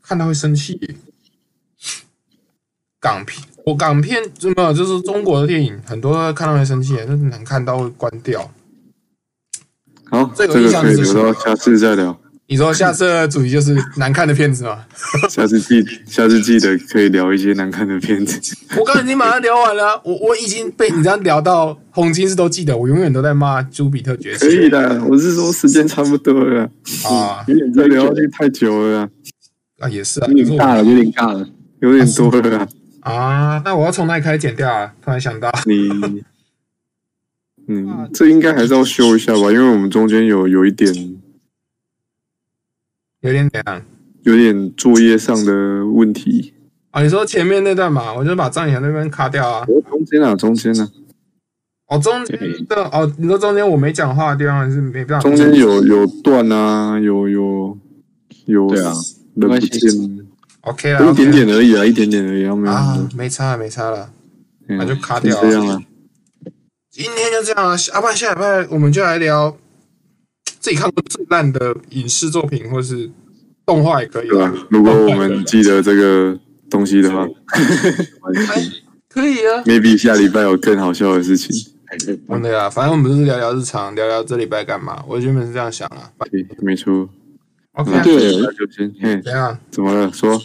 S3: 看到会生气。港片，我港片就没有，就是中国的电影，很多看到会生气，就是难看到会关掉。
S2: 好，
S3: 这个
S2: 这个
S3: 印象
S2: 可以
S3: 是
S2: 留
S3: 什么
S2: 到下次再聊。
S3: 你说下次的主题就是难看的片子吗？
S2: 下次记，下次记得可以聊一些难看的片子。
S3: 我刚才已经马上聊完了，啊我我已经被你这样聊到红金是都记得，我永远都在骂《朱比特崛起
S2: 可》以的，我是说时间差不多了 [laughs] 啦，
S3: 啊
S2: 有点再聊下去太久了啦，
S3: 啊也是啊，
S1: 有
S3: 可
S1: 点
S3: 是
S1: 尬
S3: 我
S1: 了，有点尬了。
S2: 有点多了啦。
S3: 啊，那我要从哪里开始剪掉啊？突然想到，
S2: 你，嗯，这应该还是要修一下吧，因为我们中间有有一点
S3: 有点怎样
S2: 有点作业上的问题。
S3: 啊？你说前面那段嘛，我就把张宇翔那边卡掉啊。
S2: 我中间啊，中间啊。
S3: 哦，中间的哦，你说中间我没讲话的地方是没办法，
S2: 中间有有断啊，有有有，
S1: 对啊，没
S2: 人不
S1: 关系
S2: 见，
S3: OK 啦
S2: 一点
S3: OK 啦
S2: 点而已啊，一点点而已啊，没有很
S3: 啊
S2: 多，，
S3: 没差了没差了，
S2: 嗯
S3: 那就卡
S2: 就
S3: 掉
S2: 这样啊。
S3: 今天就这样啊，阿爸下礼拜我们就来聊自己看过最烂的影视作品，或是动画也可以啊
S2: 对
S3: 吧
S2: 啊吧？？如果我们记得这个东西的话
S3: 哎，可以啊。
S2: ，maybe 下礼拜有更好笑的事情。
S3: 嗯，对啊，反正我们就是聊聊日常，聊聊这礼拜干嘛。我原本是这样想啊。
S2: 对，没错。
S3: OK，
S2: 那
S3: 啊
S1: 对
S2: 那就先，嘿，
S3: 怎样？
S2: 怎么了？说，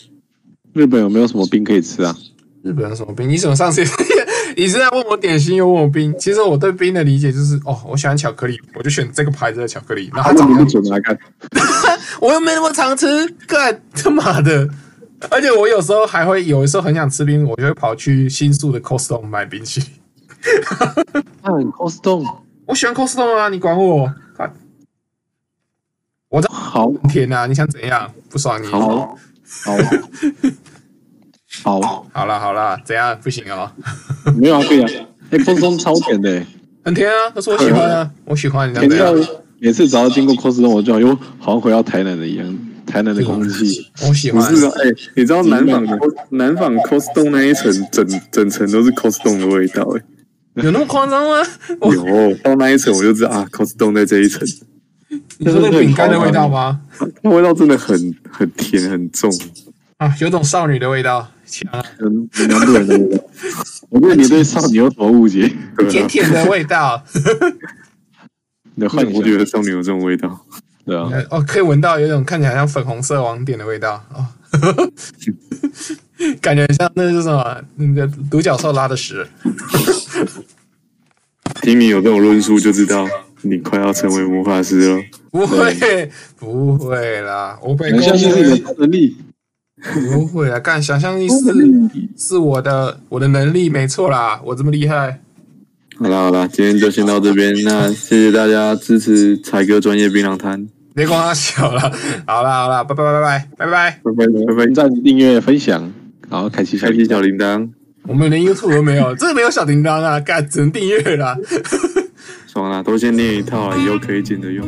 S1: 日本有没有什么冰可以吃啊？
S3: 日本有什么冰？你怎么上次 [laughs] 你是在问我点心，又问我冰？其实我对冰的理解就是，哦，我喜欢巧克力，我就选这个牌子的巧克力。然后它长
S1: 你
S3: 得
S1: 不准来看，
S3: [laughs] 我又没那么常吃，干他妈的！而且我有时候还会，有的时候很想吃冰，我就会跑去新宿的 Costco 买冰淇淋。
S1: 看 Costco
S3: 我喜欢 Costco 啊，你管我？干
S1: 好
S3: 天哪、你想怎样？不爽你？好
S1: 好好好，
S3: 啦好啦，怎样？不行哦。
S1: 没有啊，可以啊。哎、，Costco 超甜的、欸，
S3: 很甜啊，可是我喜欢啊，我喜欢你
S1: 甜
S3: 这
S1: 到
S3: 样，
S1: 每次只要经过 Costco，我就好像又好像回到台南的一样，台南的空气。
S3: 我喜
S2: 不
S3: 欢。
S2: 是啊，哎、你知道南纺南纺 Costco 那一层整整层都是 Costco 的味道、哎。
S3: 有那么夸张吗？
S1: 哦
S3: 我
S2: 有到那一层我就知道啊，Costco 在这一层，
S3: 你说那个饼干的味道吗？
S2: 那味道真的很很甜很重。
S3: 啊，有种少女的味道，强啊
S1: 嗯，南部人的味
S2: [laughs]
S1: 道。我觉得你对少女有什么误解？
S2: 对
S3: 甜
S2: 啊，
S3: 甜的味道。
S1: 你的幻
S2: 那
S1: 想
S2: 我觉得少女有这种味道，
S1: 对啊，
S3: 呃哦，可以闻到有一种看起来像粉红色网点的味道哦， [laughs] 感觉很像那是什么？那个独角兽拉的屎。
S2: 听你有这种论述就知道你快要成为魔法师了。
S3: 不会，不会啦！我被
S1: 你相信自己的
S3: 攻
S1: 超能力。
S3: 不会啊！干想象力是是我的我的能力，没错啦，我这么厉害。
S2: 好啦好啦，今天就先到这边，那谢谢大家支持才哥专业槟榔摊，
S3: 别光他小了，好啦好啦，拜拜拜拜拜拜！
S2: 拜拜拜
S1: 点
S2: 拜，
S1: 赞、订阅、分享，然后开启小
S2: 开启小铃铛，
S3: 我们连 YouTube 都没有，这没有小铃铛啊，干只能订阅啦。 [laughs]
S2: 爽啦，都先练一套啊，以后可以捡着用。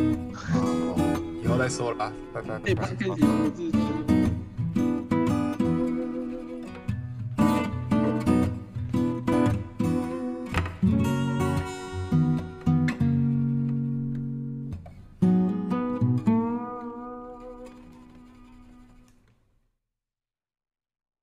S3: 以后再说啦，拜拜。
S1: 哎，开始录制。